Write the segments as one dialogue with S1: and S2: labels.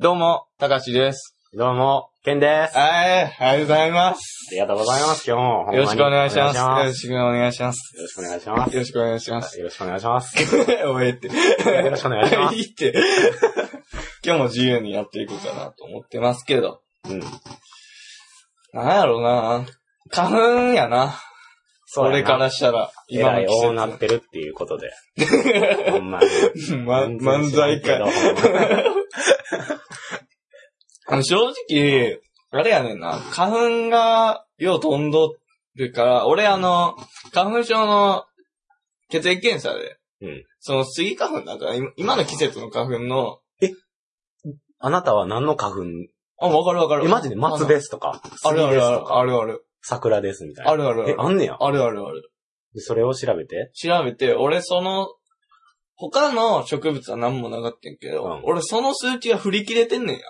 S1: どうも、たかしです。
S2: どうも、ケンです。あ
S1: はい、ありがとうございます。
S2: りがとうございます、今日も。ほんまに
S1: よろしくお願いします。
S2: お願
S1: よ
S2: い
S1: ろしくお願いします。
S2: します
S1: よろしくお願いし
S2: よ
S1: ま
S2: ろし
S1: す。
S2: くお願いします。よろしくお願いします。
S1: おえって。
S2: よろしくお願いします
S1: いいって。 今日も自由にやっていこうかなと思ってますけど。
S2: うん。
S1: なんやろうな花粉やな。
S2: そ
S1: 俺からしたら、
S2: えらい
S1: 季節
S2: 大なってるっていうことで。ほんまに。
S1: ま、漫才
S2: けど
S1: 界。あの正直、あれやねんな。花粉が、よう飛んどるから、俺あの、花粉症の血液検査で、
S2: うん
S1: そのスギ花粉だから、今今の季節の花粉の、
S2: あなたは何の花粉
S1: あ、わかるわかる。
S2: え、マジで松
S1: で
S2: ですとか、
S1: ある
S2: 杉
S1: あ
S2: で
S1: る
S2: す
S1: あ
S2: と
S1: る。
S2: か、
S1: あるある。
S2: 桜ですみたいな。
S1: あるあるあ
S2: え、
S1: る。
S2: あんねや。
S1: あるあるある。
S2: でそれを調べて。
S1: 調べて、俺その、他の植物は何もなかったんやけど、
S2: うん
S1: 俺その数値が振り切れてんねんや。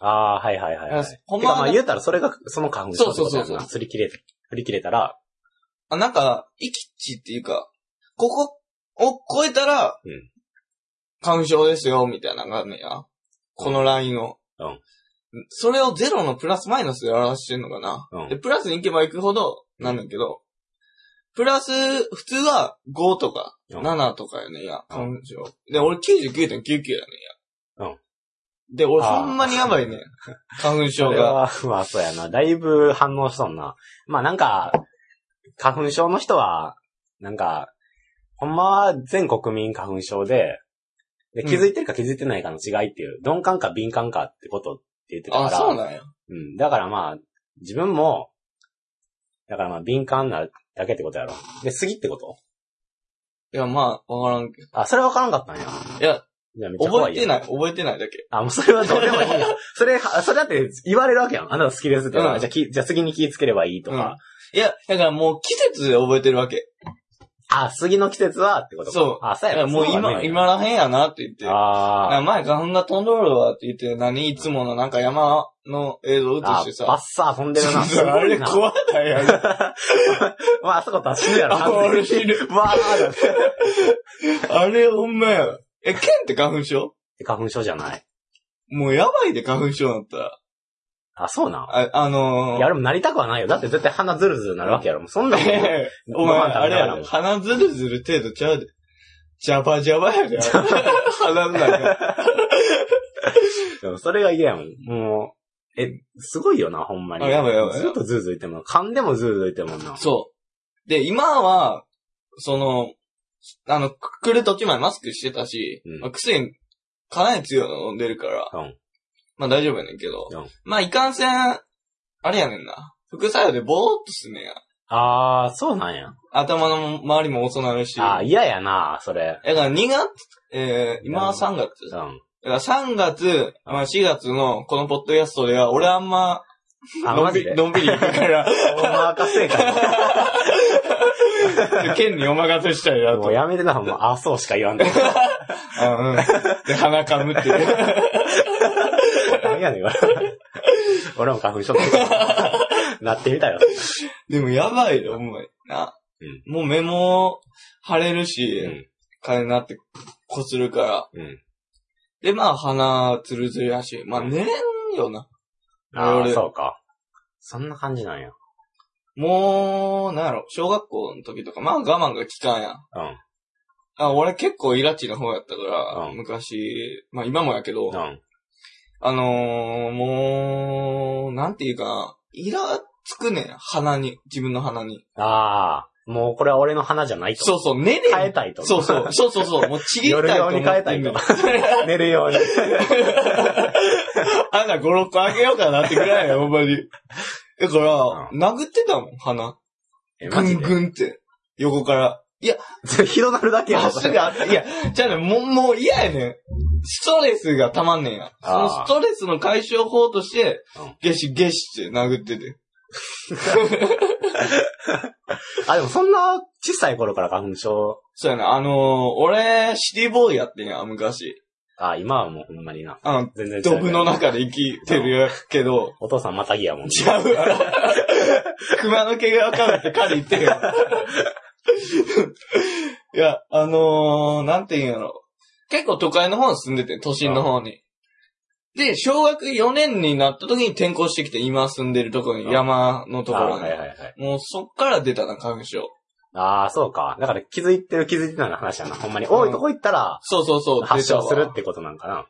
S2: ああ、はいはいはい、はい。
S1: ほん
S2: てか
S1: ま
S2: ま
S1: は
S2: あ
S1: な
S2: 言うたらそれが、その花粉症ってことやんな
S1: そうそうそう
S2: すり切れ、振り切れたら、
S1: あ、なんか、行き地っていうか、ここを超えたら、
S2: うん
S1: 花粉症ですよ、みたいなのがあんねや。このラインを。
S2: うん
S1: それをゼロのプラスマイナスで表してんのかな。
S2: うん
S1: で、プラスに行けば行くほど、なんだけど、プラス、普通は5とか、
S2: うん
S1: 7とかやねんや、
S2: うん
S1: 花粉症。で、俺99.99やねんや。
S2: うん
S1: で、俺ほんまにやばい ねん。花粉症
S2: それ
S1: が。
S2: は、まあそうやな。だいぶ反応しとんな。まあなんか、花粉症の人は、なんか、ほんまは全国民花粉症で、で
S1: うん
S2: 気づいてるか気づいてないかの違いっていう、鈍感か敏感かってことって言ってたから。
S1: あ、そうなんや。
S2: うん。だからまあ、自分も、だからまあ敏感なだけってことやろ。で、杉ってこと
S1: いや、まあ、わからんけど。
S2: あ、それわからんかったんや。
S1: いや、
S2: じゃあめっちゃ怖
S1: 覚
S2: い
S1: え
S2: や
S1: てない、
S2: ん
S1: 覚えてないだけ。
S2: あ、もうそれはどうでもいいや。それ、はそれだって言われるわけやん。あなた好きですって言うから、
S1: うん
S2: じゃあき、じゃあ次に気ぃつければいいとか。
S1: いや、だからもう季節で覚えてるわけ。
S2: あ、杉の季節はってことか
S1: そう
S2: あ、そう
S1: だか
S2: や
S1: ら
S2: ろ
S1: もう今、。今らへんやなって言って。
S2: あ
S1: あ前花粉が飛んどるわって言って、何いつものなんか山の映像映
S2: ーあ
S1: して
S2: バッ
S1: さ。
S2: サー飛んでるな。
S1: そうそうあれ
S2: すごいな
S1: 怖ないや ろ。
S2: まあ、あそこ出してるやろ。
S1: あ俺知る。
S2: わーって。
S1: あれほんまやろ。え、剣って花粉症
S2: 花粉症じゃない。
S1: もうやばいで花粉症だったら。
S2: あ、そうなん。
S1: あ、あの
S2: い
S1: ー、
S2: や、俺もなりたくはないよ。だって絶対鼻ズルズルなるわけやろ。もうそんなもん。
S1: ええ お前、
S2: ご飯食
S1: あ
S2: べ
S1: れ
S2: な
S1: や
S2: がら
S1: ろ。鼻ずるずる程度ちゃうで。ジャバジャバや で。鼻の中。
S2: でもそれが嫌やもん。もう、え、すごいよな、ほんまに。
S1: あやばいやばい
S2: ずっとズルズルいっても、噛んでもズルズルいってもんな。
S1: そう。で、今は、その、あの、く来る時前マスクしてたし、
S2: うん
S1: まあ、薬、かなり強いの飲んでるから、
S2: うん
S1: まあ大丈夫やねんけど、
S2: うん
S1: まあいかんせん、あれやねんな。副作用でぼーっとすんねんや。
S2: あー、そうなんや。
S1: 頭の周りも遅なるし。
S2: あー、
S1: だ
S2: 嫌やな、それ。
S1: から2月、えー、今は3月。
S2: う
S1: だか
S2: ん。
S1: ら3月、まあ4月のこのポッドキャストでは、俺あんま、
S2: あ、
S1: の
S2: マ
S1: ん
S2: ジ
S1: び
S2: で。
S1: り、のんびり行くから、
S2: お任せか。
S1: 剣にお任せしたいな
S2: も
S1: と
S2: う。やめてな、もう、あ、そうしか言わんと。
S1: うんうん。で、鼻かむっていう。
S2: 何やねん、これ俺も花粉症になったなってみたよ。
S1: でもやばいよ、もう。な。
S2: う
S1: もう目も腫れる
S2: う
S1: し、
S2: ん。
S1: 金になってこするから。
S2: うん。
S1: で、まあ鼻つるつるやし、まあ
S2: うん
S1: 寝れんよな。
S2: ああ、
S1: 俺
S2: そうか。そんな感じなんや。
S1: もう、なんやろ、小学校の時とか、まあ我慢が効かんやん。
S2: うん。
S1: あ俺結構イラチの方やったから、
S2: うん
S1: 昔、まあ今もやけど、
S2: うん。
S1: あのー、もう、なんていうかな、イラつくねん、鼻に、自分の鼻に。
S2: ああ、もうこれは俺の花じゃないと。
S1: そうそう、寝れ
S2: 変え
S1: ん。
S2: たいと。
S1: そうそう、そうそうそう、もうちぎりたいと思ってんねん。
S2: 寝るように。
S1: 穴5、6個あげようかなってぐらいや、ほんまに。だから、
S2: う
S1: 殴ってたもん、鼻。
S2: え、
S1: ぐ
S2: マジ
S1: ん
S2: で。
S1: ぐんって。横から。
S2: 広なるだけや
S1: ま
S2: ろ
S1: っすぐあって。いや、じゃあね、もう、もう嫌やねん。ストレスがたまんねんや。その
S2: あー
S1: ストレスの解消法として
S2: うん、
S1: ゲシゲシって殴ってて。
S2: あ、でもそんな小さい頃から花粉症、
S1: そうやな、あのー、俺、シティボーイやってんや、昔。
S2: あ今はもうほんまにな。
S1: あの、
S2: 全然違うけど
S1: ドブの中で生きてるけど、
S2: お父さんまたぎやもん。
S1: 違うわ。 熊の毛がわかるって彼言ってるよ。いや、あのー、なんて言うんやろ。結構都会の方に住んでて、都心の方に。で、小学4年になった時に転校してきて、今住んでるところに、山のとこ
S2: あ
S1: ろ
S2: はいはい
S1: に。
S2: はい。
S1: もうそっから出たな、花粉症。
S2: ああ、そうか。だから気づいてる気づいてないの話やな。ほんまに。多いとこ行ったら、
S1: そうそうそう、
S2: 発症す
S1: 出
S2: る
S1: たわ
S2: っ。てことなんかな。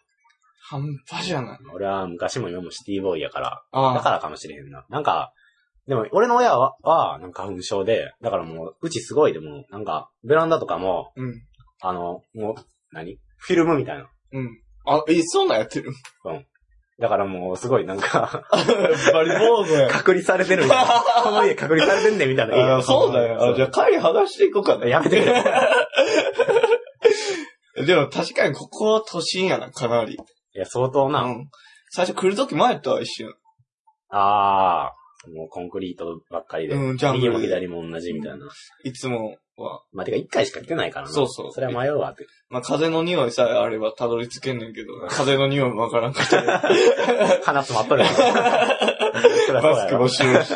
S1: 半端じゃない。
S2: 俺は昔も今もシティボーイやから、だ
S1: あ
S2: からかもしれへんな。なんか、でも俺の親は、はなんか花粉症で、だからもう、うちすごいでも、なんか、ベランダとかも、
S1: あ。うん。
S2: あの、もう、何フィルムみたいな。
S1: うん。あ、え、そんなんやってる
S2: だからもう、すごいなんか、
S1: バリ坊主 や
S2: 隔離されてるみたいな。この家隔離されてんねんみたいな家
S1: あそうだよ。あじゃあ、会剥がしていこうか
S2: やめて くれ。
S1: な。 でも確かにここは都心やな、かなり。
S2: いや、相当な。
S1: ん。最初来るとき前やったわ、一瞬。
S2: ああ、もうコンクリートばっかりで。
S1: うん、ジャン
S2: 右も
S1: グル。
S2: 左も同じみたいな。
S1: いつもは。
S2: まあ、てか一回しか来てないからな。
S1: そうそう
S2: それは迷うわって。
S1: まあ、風の匂いさえあればたどり着けんねんけど、 風の匂いもわからんくて、
S2: 話すま っとるやろそりゃそうやろ
S1: マスクもしろし。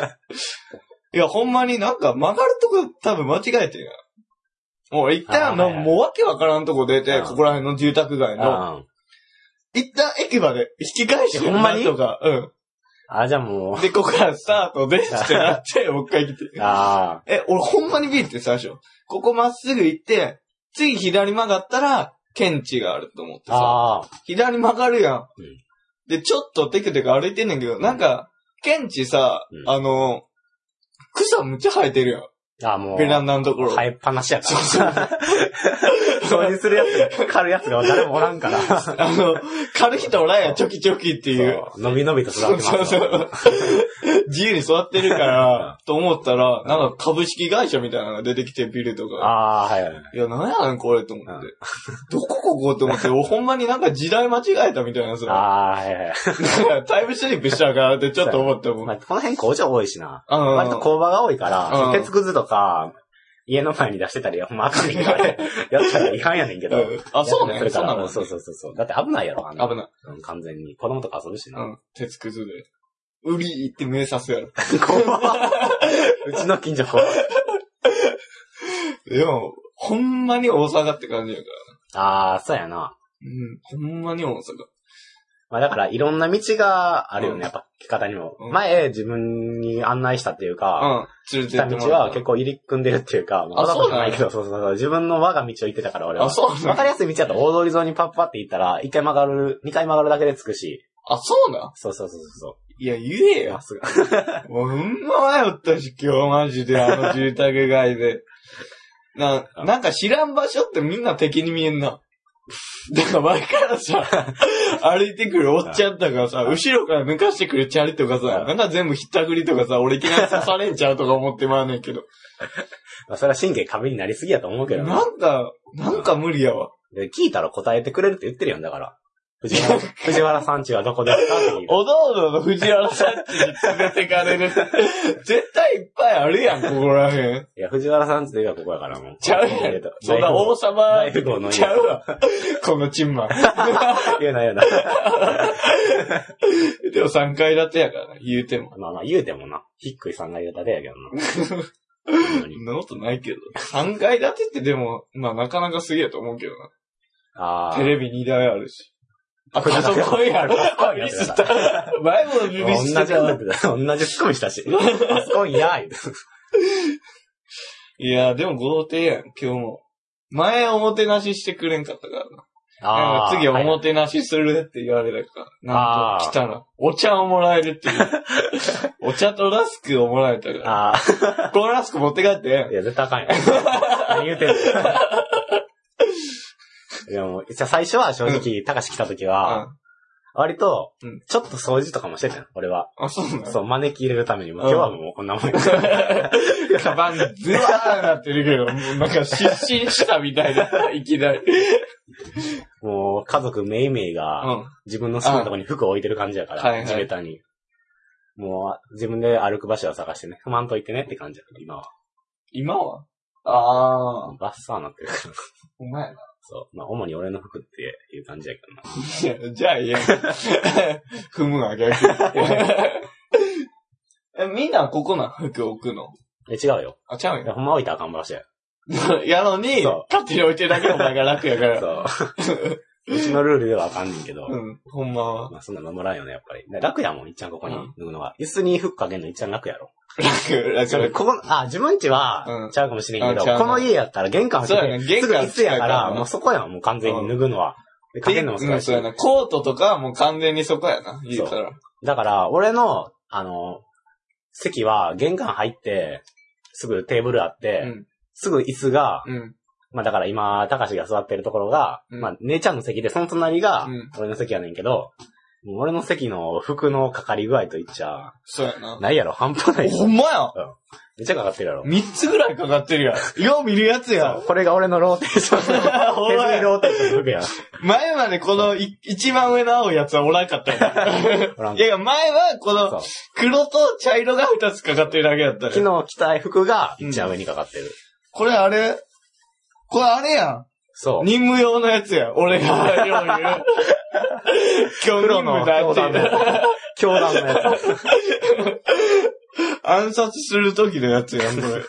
S1: いや、ほんまになんか曲がるとこ多分間違えてるやん。もう一旦
S2: あー
S1: の、
S2: はいはい
S1: もうわけわからんとこ出て、
S2: うん
S1: ここら辺の住宅街の、
S2: あ
S1: 一旦駅まで引き返して
S2: ほんまに
S1: なんとか、う
S2: あ、じゃあも
S1: ん。で、ここからスタートですってなって、もう一回来て。
S2: う、 あ
S1: え、俺ほんまにビーって最初。ここまっすぐ行って、次左曲がったら、検知があると思って
S2: あ、
S1: さ。
S2: ああ、
S1: 左曲がるやん。
S2: うん
S1: で、ちょっとテクテク歩いてんねんけど、なんか、ケンチさ、
S2: うん
S1: あの、草むっちゃ生えてるやん。
S2: ああもう、
S1: ベランダのところ。
S2: 生えっぱなしやから。 そうにするやつ、狩るやつが誰もおら んから。そ
S1: あの、軽い人おらんやん、チョキチョキっていう。
S2: うのびのびと育って
S1: そう
S2: ま
S1: そ
S2: す
S1: う そう。自由に座ってるから、と思ったら、なんか株式会社みたいなのが出てきて、ビルとか。
S2: ああ、はいはい。
S1: いや、なんやねん、これ、と思って
S2: う。
S1: どこここって思って、俺ほんまになんか時代間違えたみたいな
S2: あ
S1: さ。
S2: あ、はいはい。
S1: なんかタイムスリップしちゃうからってちょっと思ったもん。
S2: まあ、この辺工場多いしな。
S1: うんうんうん
S2: 割と工場が多いか
S1: うん
S2: ら、鉄くずとか、家の前に出してたり、ほんまあかんねんけど、あれやったら違反やねんけど。
S1: うんあ、そうね
S2: やっ。てくれ
S1: そ
S2: た
S1: うな
S2: ら
S1: の、
S2: そうそうそうそう。だって危ないやろ、あんな
S1: 危ない。
S2: うん完全に。子供とか遊ぶし
S1: う
S2: な。
S1: ん。鉄くずで。売り行って名刺すやろ。
S2: 怖いうちの近所怖い。
S1: でも、ほんまに大阪って感じやから。
S2: ああ、そうやな。
S1: うん。ほんまに大阪。
S2: まあだから、いろんな道があるよ
S1: うん
S2: ね、やっぱ、聞き方にも。
S1: うん
S2: 前、自分に案内したっていうか、
S1: うん。連れ
S2: 来
S1: て
S2: た
S1: って
S2: 道
S1: もら
S2: は
S1: った
S2: 結構入り組んでるっていうか、ま
S1: あ
S2: あ、わざと
S1: そう
S2: じ
S1: な
S2: ゃ
S1: ん
S2: な
S1: や
S2: いけど、そうそうそう、自分の我が道を行ってたから、俺は。
S1: あ、そう
S2: わ
S1: な
S2: か
S1: ん
S2: りやすい道だと大通り沿いにパッパって行ったら、一回曲がる、二回曲がるだけで着くし。
S1: あ、そうなん
S2: そうそうそうそ
S1: いや、言え
S2: う。ま
S1: よ
S2: っ。すぐ。
S1: もう、ほんま迷ったし、今日マジで、あの住宅街で。な、なんか知らん場所ってみんな敵に見えんな。だから前からさ、歩いてくるおっちゃんとかさ、後ろから抜かしてくるチャリとかさ、なんか全部ひったくりとかさ、俺いきなり刺されんちゃうとか思ってまうねんけど。
S2: まあ、それは神経過敏になりすぎやと思うけどな
S1: な。んか、なんか無理やわ。
S2: で、聞いたら答えてくれるって言ってるやん、だから。藤 原、藤原さんちはどこですかって言う
S1: おどおどの藤原さんちに連れてかれる。絶対いっぱいあるやん、ここらへん。
S2: いや、藤原さんちといえばここやからもう。
S1: ちゃうやん。そんな王様
S2: 大富豪の家
S1: ちゃうわ。このチンマン。
S2: 言うな言うな。
S1: でも3階建てやからな、言うても。
S2: まあまあ言うてもな。ひっくりさんが言うたでやけど な。ほんまに
S1: そんなことないけど。3階建てってでも、まあなかなかすげえと思うけど
S2: あ
S1: な。
S2: あ。
S1: テレビ2台あるし。あ、
S2: こ
S1: パ
S2: れ
S1: ソコンやろ。
S2: パソコンや
S1: ミ
S2: ろ
S1: スった。前も
S2: 同
S1: ミ
S2: じ
S1: ス
S2: や
S1: ったじゃん。
S2: ん。同じツッコミしたし。パソコンや ー言うて
S1: いや、でも豪邸やん、今日も。前おもてなししてくれんかったからな。なんか次お
S2: はいは
S1: も
S2: い
S1: てなしするって言われたから。なん
S2: あ
S1: と
S2: ー
S1: 来たら、お茶をもらえるっていう。 お茶とラスクをもらえたか
S2: ああ。
S1: ら。このラスク持って帰って
S2: い。や、絶対あ かんよ。何言うてんのいや、もう、じゃあ最初は正直、たかし来た時は、
S1: あ、
S2: 割と
S1: うん、
S2: ちょっと掃除とかもしてたよ、俺は。
S1: あそうなん
S2: そう、招き入れるために、もう今日はもうこんなもんや。
S1: カバンズワーなってるけど、もうなんか失神したみたいな、いきなり。う
S2: もう、家族めいめいが、
S1: ん。
S2: 自分の好きなとこに服を置いてる感じやか
S1: はいは
S2: ら、
S1: い
S2: 地べたに。もう、自分で歩く場所を探してね、不満といてねって感じやけど、今は。
S1: 今はああ、
S2: バッサーなってるから。
S1: お前
S2: そう。まあ、主に俺の服っていう感じやけどな。
S1: な。じゃあ言えん。 踏むわ、逆に。 え、みんなここな服置くの
S2: え、違うよ。
S1: あ、ちゃう
S2: い
S1: よ。
S2: やほんま置いたらあかん場所や。
S1: やのに、
S2: そ
S1: 勝手に置いてるだけお前が楽やから。
S2: そう。うちのルールではあかんねんけど。
S1: うん、ほんまは。
S2: まあそんな守らんよね、やっぱり。で楽やもん、いっちゃんここに
S1: うん
S2: 脱ぐのは。椅子に服かけんのいっちゃん楽やろ。
S1: 楽、楽。
S2: それ、ここ、あ、自分家
S1: う
S2: は
S1: ん、
S2: ちゃうかもしれんけ
S1: あ
S2: ど、
S1: ちゃうな
S2: この家やったら玄関
S1: そう
S2: 開
S1: や
S2: け
S1: ね
S2: て、
S1: 玄
S2: すぐ
S1: 関
S2: 椅子や
S1: 近
S2: か
S1: いから
S2: ら、
S1: な
S2: もうそこやん、もう完全に脱ぐのは。で、かけんのもそう
S1: う
S2: や
S1: ん
S2: し
S1: そう。やな。コートとかはもう完全にそこやな。言うたら。
S2: だから、俺の、あの、席は玄関入って、すぐテーブルあって、
S1: うん
S2: すぐ椅子が、
S1: うん。
S2: まあだから今、高志が座ってるところが、
S1: うん
S2: まあ姉ちゃんの席で、その隣が
S1: うん、
S2: 俺の席やねんけど、もう俺の席の服のかかり具合といっちゃ、
S1: そうやな。
S2: ないやろ、半端ない。
S1: ほんまや
S2: めっちゃかかってるやろ。
S1: 三つぐらいかかってるやん。よう見るやつやん
S2: そう。これが俺のローテーション。
S1: ほんま
S2: 手
S1: や
S2: にローテーションの服やん。
S1: 前までこのい一番上の青いやつはおらんかった よ
S2: おらん
S1: いやいや、前はこ
S2: そう
S1: の黒と茶色が二つかかってるだけだった
S2: 昨
S1: ね。
S2: 日着たい服が一番上にかかってる。
S1: これあれこれあれや
S2: そ
S1: ん。
S2: う。
S1: 任務用のやつや。俺がよう言う。今日任
S2: 黒
S1: 務
S2: の
S1: だ
S2: 教
S1: って
S2: 団の
S1: 言って。、
S2: 教 団のやつ。
S1: 暗殺する時のやつやん、これ。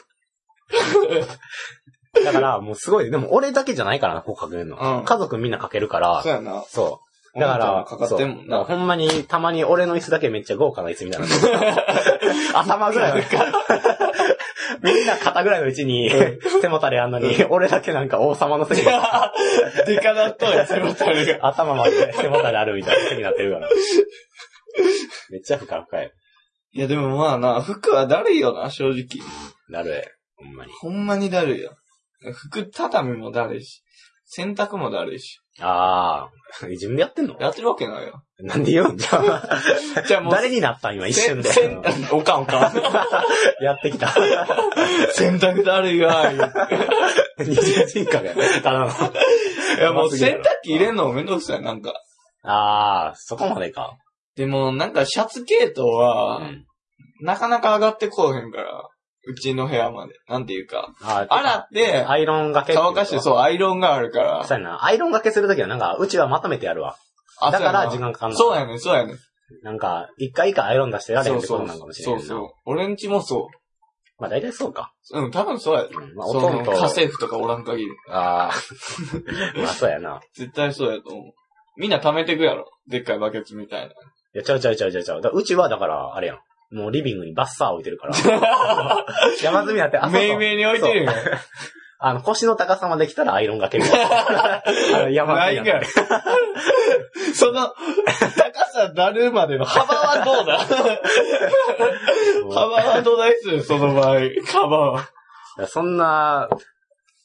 S2: だから、もうすごい。でも、俺だけじゃないからな、こうかけるの。
S1: うん
S2: 家族みんなかけるから。
S1: そうや な。
S2: そう。だから、
S1: おもちゃもかかってんもんな
S2: そうだからほんまに、たまに俺の椅子だけめっちゃ豪華な椅子 みたいな。頭ぐらいの。みんな肩ぐらいの位置に、背もたれあんのに、俺だけなんか王様の席で
S1: デカだとやつもたれが。
S2: 頭まで背もたれあるみたいな席になってるから。めっちゃふかふかい。
S1: いや、でもまあな、服はだるいよな、正直。
S2: なるえ。ほんまに。
S1: ほんまにだるいよ。服、畳もだるいし。洗濯もだるいし。
S2: ああ、 自分でやってんの
S1: やってるわけないよ。
S2: なんで言うんじゃあ
S1: じゃあもう、
S2: 誰になったん今一瞬で。
S1: せんせん おかんおかん。
S2: やって きた。
S1: 洗濯だるいわ。言う
S2: 二重人格やね。ただの。
S1: いや、もう洗濯機入れんのもめんどくさい、なんか。
S2: ああ、そこまでか。
S1: でも、なんかシャツ系統
S2: う
S1: は、
S2: ん。
S1: なかなか上がってこうへんから。うちの部屋まで。なんていうか。
S2: あー
S1: 洗って、
S2: アイロンがけっていう
S1: 乾かして、そう、アイロンがあるから。
S2: そうやな。アイロンがけするときはなんか、うちはまとめてやるわ。
S1: あ
S2: だから
S1: そう
S2: 時
S1: やな
S2: 間かかんの。
S1: そうやねん、そうやねん。
S2: なんか、一回一回アイロン出してやれ
S1: そ
S2: る
S1: う
S2: ってこ
S1: そ
S2: と
S1: う。
S2: なんかもしれ
S1: そ
S2: ん
S1: う
S2: ないな。
S1: そう。俺んちもそ
S2: まあ大体そうか。
S1: う。うん、多分そうやで。
S2: うんまあ、お
S1: そ
S2: とん
S1: の、
S2: と。
S1: 家政婦とかおらん限り。
S2: ああ。 まあそうやな。
S1: 絶対そうやと思う。みんな貯めてくやろ。でっかいバケツみたいな。
S2: いや、ちゃうちゃうちゃうちゃうちゃう。だうちはだから、あれやん。もうリビングにバッサー置いて るから。山積みやって、あ、そう
S1: め
S2: そ
S1: いうめいに置いてるよ。
S2: あの、腰の高さまで来たらアイロンがけるわ。あの山
S1: な
S2: 積
S1: い
S2: み
S1: か
S2: やって
S1: ら。 その、高さなるまでの幅はどう だ
S2: もう
S1: 幅はどないするその場合。カバ
S2: だからそんな、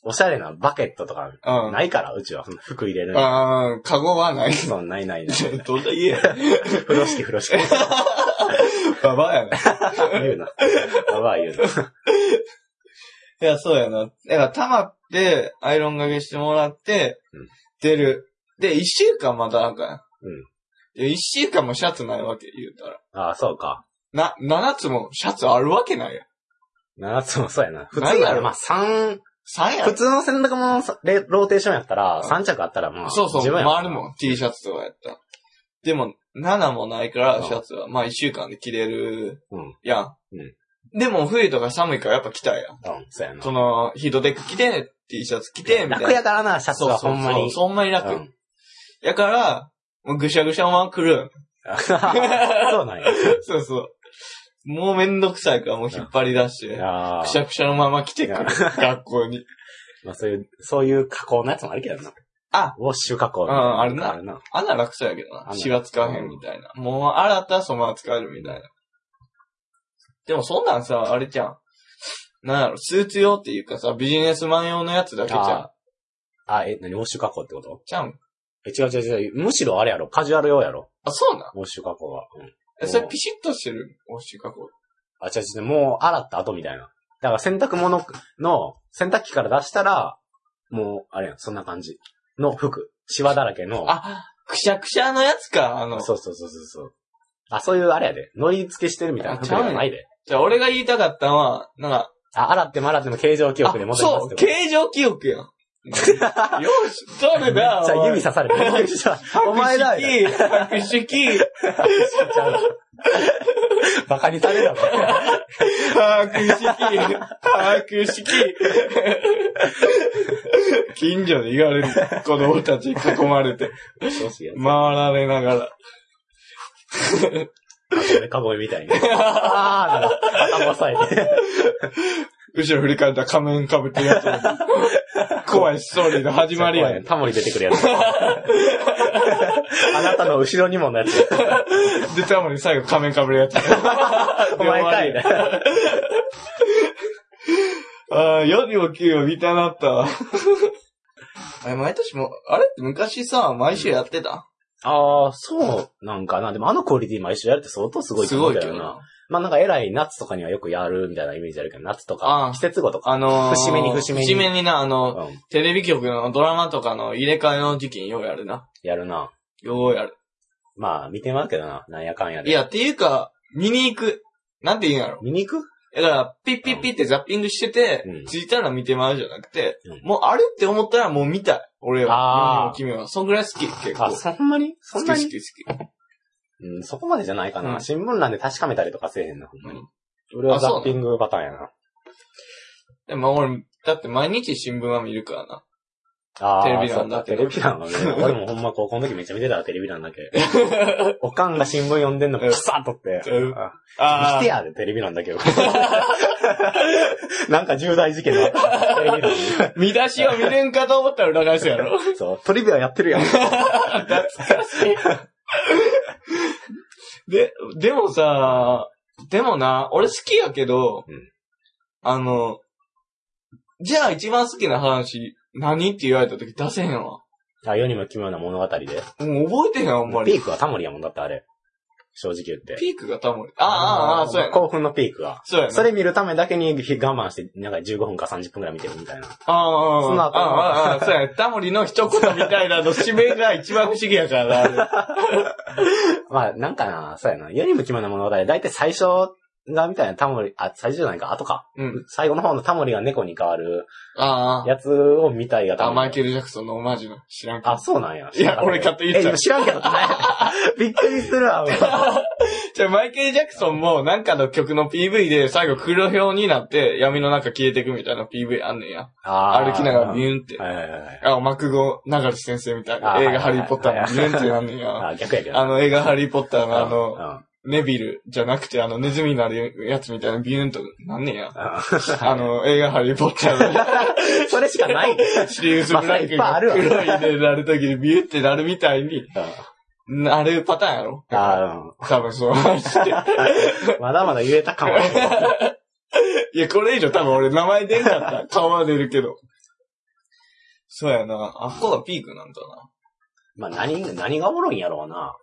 S2: おしゃれなバケットとか
S1: ーは。うん。
S2: ないから、うちは。そんな服入れるの。
S1: あー、カゴはない。
S2: そう、ないないない。
S1: どんだけ言え
S2: 風呂敷風呂敷。
S1: ババアやな。
S2: 言うな。やばい言うな。
S1: いや、そうやな。だから、溜まって、アイロンがけしてもらって、
S2: うん
S1: 出る。で、一週間またあかん。
S2: うん
S1: で。一週間もシャツないわけ、言うたら。
S2: ああ、そうか。
S1: な、七つもシャツあるわけないやん。
S2: 7つもそうやな。普
S1: な
S2: 通
S1: いや
S2: な
S1: ろ
S2: ら、まあ3、
S1: 三やん
S2: 普。通の洗濯物のさレローテーションやったら、
S1: うん
S2: 3着あったらまあ、
S1: そうそう、
S2: 自分や
S1: 回るもん。T シャツとかやったら。でも、7もないか
S2: う
S1: ら、
S2: ん
S1: シャツは。まあ、1週間で着れる
S2: うん。
S1: やん。でも、冬とか寒いからやっぱ着たいやん。
S2: うん、そうやな
S1: そ。の、ヒートテック着て、T シャツ着て、みたいな。
S2: 楽やからな、シャツ
S1: そう
S2: が
S1: そ
S2: ほ
S1: う、
S2: んまに。
S1: そうほんまに
S2: う
S1: 楽
S2: ん。
S1: やから、もうぐしゃぐしゃのまま来る。
S2: あそうなんや。
S1: そうそう。もうめんどくさいから、もう引っ張り出して、
S2: あ
S1: くしゃ
S2: あ。
S1: くしゃのまま来てくる。学校に。
S2: まあそういう、そういう加工のやつもあるけどな。
S1: あ、
S2: ウォッシュ加工。
S1: うんあるな
S2: あるな。
S1: あんな楽そうやけどな
S2: あ。んな
S1: シワ使わへんみたいな。もう洗ったらそのまま使えるみたいな。でもそんなんさ、あれじゃん。なんやろ、スーツ用っていうかさ、ビジネスマン用のやつだけじゃん
S2: あ。あ、え、何ウォッシュ加工ってこと
S1: ちゃうん。
S2: え、違う違う違う。むしろあれやろ。カジュアル用やろ。
S1: あ、そうなん
S2: ウォッシュ加工は。うん。
S1: えそれピシッとしてるおし加工。
S2: あ、違う違う。もう洗った後みたいな。だから洗濯物の、洗濯機から出したら、もう、あれやん。そんな感じ。の服。シワだらけの。
S1: あ、くしゃくしゃのやつか、あの。
S2: そうそうそうそうそう。あ、そういうあれやで。乗り付けしてるみたい
S1: あ
S2: な服
S1: ち
S2: じ
S1: ゃう
S2: ゃ
S1: んや
S2: ないで。
S1: じゃあ俺が言いたかったのは、なんか、
S2: あ、洗っても洗っても形状記憶で
S1: あ
S2: 戻りま
S1: そ
S2: す
S1: う、
S2: ってこ
S1: 形状記憶やん。よし、それ
S2: めっ
S1: だ
S2: ちゃ指刺されてる。 お前だよ。
S1: よ。白色、
S2: バカにされるだろ。
S1: 白色、白色。近所で言われる子供たちに囲まれて、回られながら。
S2: カゴメみたいに。あーな頭押さえて。
S1: 後ろ振り返ったら仮面被ってるやつ。怖いストーリーの始まりやん。
S2: タモリ出てくるや つ。あなたの後ろにも のやつ。
S1: で、タモリ最後仮面被るやつ。
S2: お前かいな。
S1: ああ、よりも給料見たなったわ。あれ、毎年も、あれって昔さ、毎週やってた
S2: ああ、そうなんかな。でもあのクオリティ毎週やるって相当すごい
S1: す
S2: と思
S1: ご
S2: う
S1: い
S2: け
S1: け
S2: ど
S1: ど
S2: な
S1: な。。
S2: まあなんか偉い夏とかにはよくやるみたいなイメージあるけど、夏と
S1: あ
S2: か
S1: あ、
S2: 季節後とか。
S1: あのー、
S2: 節目に節目に
S1: 節目にな、あの、
S2: うん。
S1: テレビ局のドラマとかの入れ替えの時期にようやるな。
S2: やるな。
S1: ようやる。
S2: まあ見てまうけどな。なんやかんや
S1: い
S2: で。
S1: や、っていうか、見に行く。なんて言うんやろ。
S2: 見に行く
S1: だから、ピッピッピってザッピングしてて、
S2: うん
S1: ついたら見てまうじゃなくて、
S2: うん
S1: もうあれって思ったらもう見たい。俺
S2: あ
S1: は。
S2: ー
S1: 君は。そんぐらい好き、結構。
S2: あ、そんなにそ
S1: 好
S2: ん
S1: き
S2: な
S1: 好
S2: に
S1: き好き。
S2: うん、そこまでじゃないかな。
S1: うん
S2: 新聞欄で確かめたりとかせえへんな、ほんまに。俺は
S1: あ
S2: ザ
S1: そう
S2: ッピングパターンやな。
S1: でも俺、だって毎日新聞は見るからな。
S2: あ
S1: テレ
S2: あ、
S1: ビ
S2: そう
S1: 欄
S2: だ、
S1: だ
S2: テ
S1: け
S2: レ
S1: ど
S2: ビ欄はね、 俺もほんま高校の時めっちゃ見てたわテレビ欄だけ。おかんが新聞読んでんのパサッとって。
S1: うん
S2: あ
S1: あ
S2: 見てやで、テレビ欄だけど。 なんか重大事件だった。テレビ欄に
S1: 見出しを見れんかと思ったら裏返すや ろ。
S2: そう、トリビアやって るやん。
S1: で、でもさ、でもな、俺好きやけど、
S2: うん
S1: あの、じゃあ一番好きな話、何って言われた時出せへんわ。
S2: あ、世にも奇妙な物語
S1: も
S2: で。
S1: う覚えてへん、あんま
S2: ピ
S1: り。
S2: ークはタモリやもんだって、あれ。正直言って。
S1: ピークが多分。ああ、ああ、そうやな。
S2: 興奮のピークが。
S1: そうやな。
S2: それ見るためだけに我慢して、なんか15分か30分くらい見てるみたいな。
S1: ああ、ああ、
S2: その後
S1: ああ、ああ、そうや。タモリの一言みたいなの、締めが一番不思議やからな。 あ
S2: まあ、なんかな、そうやな。世にも奇妙な物語、だいたい最初がみたいなタモリ、あ、最初じゃないか、後か。
S1: れうん。
S2: 最後の方のタモリが猫に変わる
S1: あ
S2: やつを見たいが
S1: あ、
S2: タ
S1: あ、
S2: モ
S1: マ
S2: リ
S1: イ。ケル・ジャクソンのオマージュの。知らんけど
S2: あ、そうなんや。
S1: いや俺勝手に言っちゃう
S2: え、知らんけどね。 びっくりするわ、俺
S1: じゃあ、マイケル・ジャクソンもなんかの曲の PV で最後黒表になって闇の中消えてくみたいな PV あんねんや。
S2: あー
S1: 歩きながらビューンって。
S2: はいはいはい。
S1: あ、幕後、流し先生みたい
S2: あ
S1: な。
S2: ー
S1: 映画ハリー・ポッター
S2: は
S1: の
S2: い
S1: ビューンってなんねんや。
S2: あー、逆やけど。
S1: あの映画ハリー・ポッターのあ
S2: うん
S1: の、
S2: うん
S1: ネビルじゃなくてあのネズミになるやつみたいなビューンとなんねんや。
S2: あ
S1: あの映画ハリー・ポッターの。
S2: の、 それし かない。
S1: シリウス・ブランク
S2: まあ
S1: が
S2: それいっぱいある
S1: 黒いでなるときにビューってなるみたいに
S2: うん
S1: なるパターンやろ
S2: あ
S1: 多分そう 話って。
S2: ーうんまだまだ言えたかも。
S1: いや、これ以上多分俺名前出んかった。顔は出るけど。そうやな。あっこがピークなんかな。
S2: まあ、何、何がおもろいんやろうな。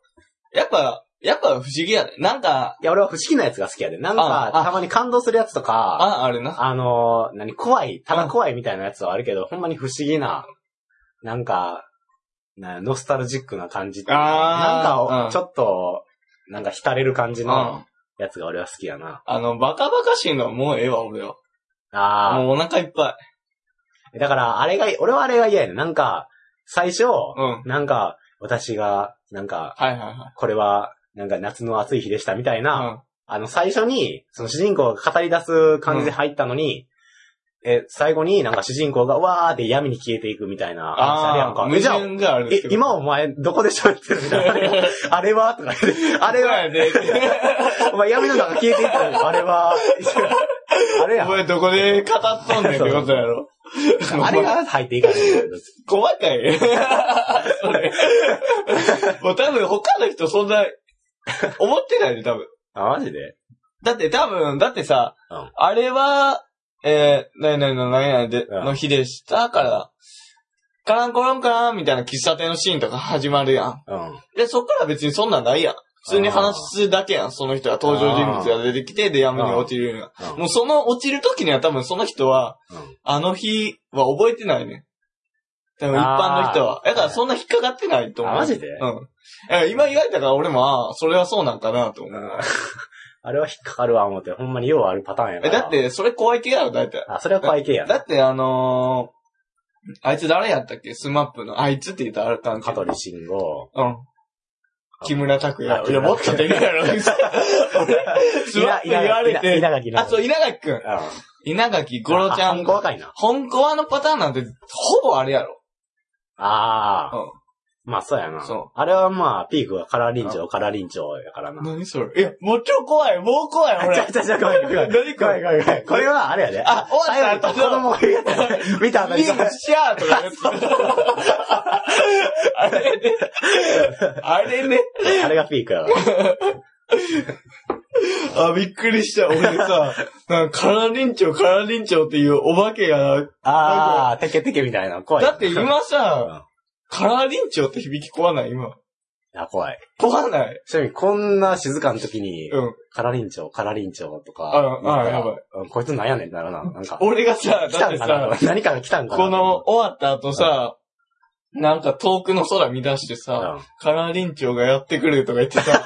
S1: やっぱ、やっぱ不思議やね。なんか、
S2: いや、俺は不思議なやつが好きやで。なん
S1: あ
S2: か、
S1: あ
S2: たまに感動するやつとか、
S1: あ、あるな。
S2: あのー、何、怖い、ただ怖いみたいなやつはあるけど、ほんまに不思議な、なんか、なノスタルジックな感じっていうか
S1: あー
S2: なん
S1: う
S2: か、
S1: ん
S2: ちょっと、なんか浸れる感じ
S1: うん。
S2: の
S1: あ
S2: やつが俺は好きやな。
S1: の、バカバカしいのはもうええわ、俺は。
S2: あ
S1: もうお腹いっぱ
S2: あ、だから、あれが、俺はあれが嫌やねん。なんか、最
S1: い。
S2: 初、
S1: うん。はい
S2: なんか、私が、なんか、
S1: はいは
S2: これは、なんか夏の暑い日でしたみたいな、
S1: い。
S2: あの、最初に、その主人公が語り出す感じで入ったのに、え、最後になんか主人公がわーって闇に消えていくみたいな話あれやん
S1: ああ
S2: か。
S1: ー、
S2: え
S1: 矛
S2: じゃあ
S1: 盾があるって
S2: え
S1: こ、と。
S2: 今お前、どこで喋ってる みたいな。あれはとか言って、あれ
S1: そう
S2: は、
S1: やで。
S2: お前闇の中消えていったのにあ れは、あれや
S1: お。前どこで語っとんねんってことや ろ。
S2: あれが入っていかない。
S1: 細かい。それ。もう多分他の人そんな、思ってないで多分。
S2: あ、マジで
S1: だって多分、だってさ、
S2: うん
S1: あれは、えー、何々の何々で、
S2: うん
S1: の日でしたから、カランコロンカランみたいな喫茶店のシーンとか始まるやん。
S2: うん。
S1: で、そっから別にそんなんないやん。普通に話すだけやん。その人が登場人物が出てきて、で、闇に落ちるんやん。
S2: うん
S1: もうその落ちる時には多分その人は、
S2: うん
S1: あの日は覚えてないね。多分一般の人は。だからそんな引っかかってないと思う。
S2: あマジで
S1: うん。だから今言われたから俺も、ああ、それはそうなんかなと思う。
S2: あれは引っかかるわ、思って。ほんまにようあるパターンやか
S1: え、
S2: ら。
S1: だっ、て、それ怖い系やろ、大体。
S2: あ、それは怖い系や
S1: だ
S2: な。
S1: って、あのあいつ誰やったっけスマップの。あいつって言ったらあかんけ
S2: 香
S1: ど。
S2: 取慎吾。
S1: うん。木村拓哉。
S2: あ
S1: い
S2: 木
S1: や、
S2: 村
S1: もっとでかいやろ。俺、スマップ言われ
S2: 稲
S1: て。
S2: 垣 の。
S1: あ、そう、稲垣くん。
S2: う
S1: 稲垣
S2: ん。
S1: ゴロちゃ
S2: あ
S1: ん。
S2: 若いな。
S1: 本コアのパターンなんて、ほぼあれやろ。
S2: ああ。
S1: う
S2: まあそうやな。
S1: そう
S2: あれはまあ、ピークがカラーリンチョウ、カラーリンチョウやから
S1: ん。
S2: な。
S1: 何それいや、もう超怖い。もう怖い、
S2: あ、ちゃ
S1: 俺。
S2: ちゃちゃ、ごめんごめん。
S1: 何これ
S2: ごめんごめん。これはあれやで。
S1: あ終わった
S2: 最後に子供がやった見た 後に
S1: ビ
S2: そ
S1: ッグ
S2: れ
S1: シャーとかのやつ。あれね。あれね。
S2: あれがピ ークやわ。
S1: あ、びっくりした。俺さ、なんか、カラリンチョウ、カラリンチョウっていうお化けが、
S2: ああ、テケテケみたいな。怖い。
S1: だって今
S2: うん
S1: さ、カラリンチョウって響き怖ない今。
S2: あ、怖い。
S1: 怖ない。
S2: ちなみに、こんな静かな時に、
S1: うん。
S2: カラリンチョウ、カラリンチョウとか。
S1: ああ
S2: 言ったら
S1: やばい。
S2: うんこいつなんやねんならな。なんか、
S1: 俺がさ、だ
S2: 来た
S1: って
S2: んかな
S1: さ、
S2: 何かが来たんかな
S1: この、終わった後さ、なんか遠くの空見出して
S2: う
S1: さ、
S2: ん
S1: カラリンチョウがやってくるとか言って さ、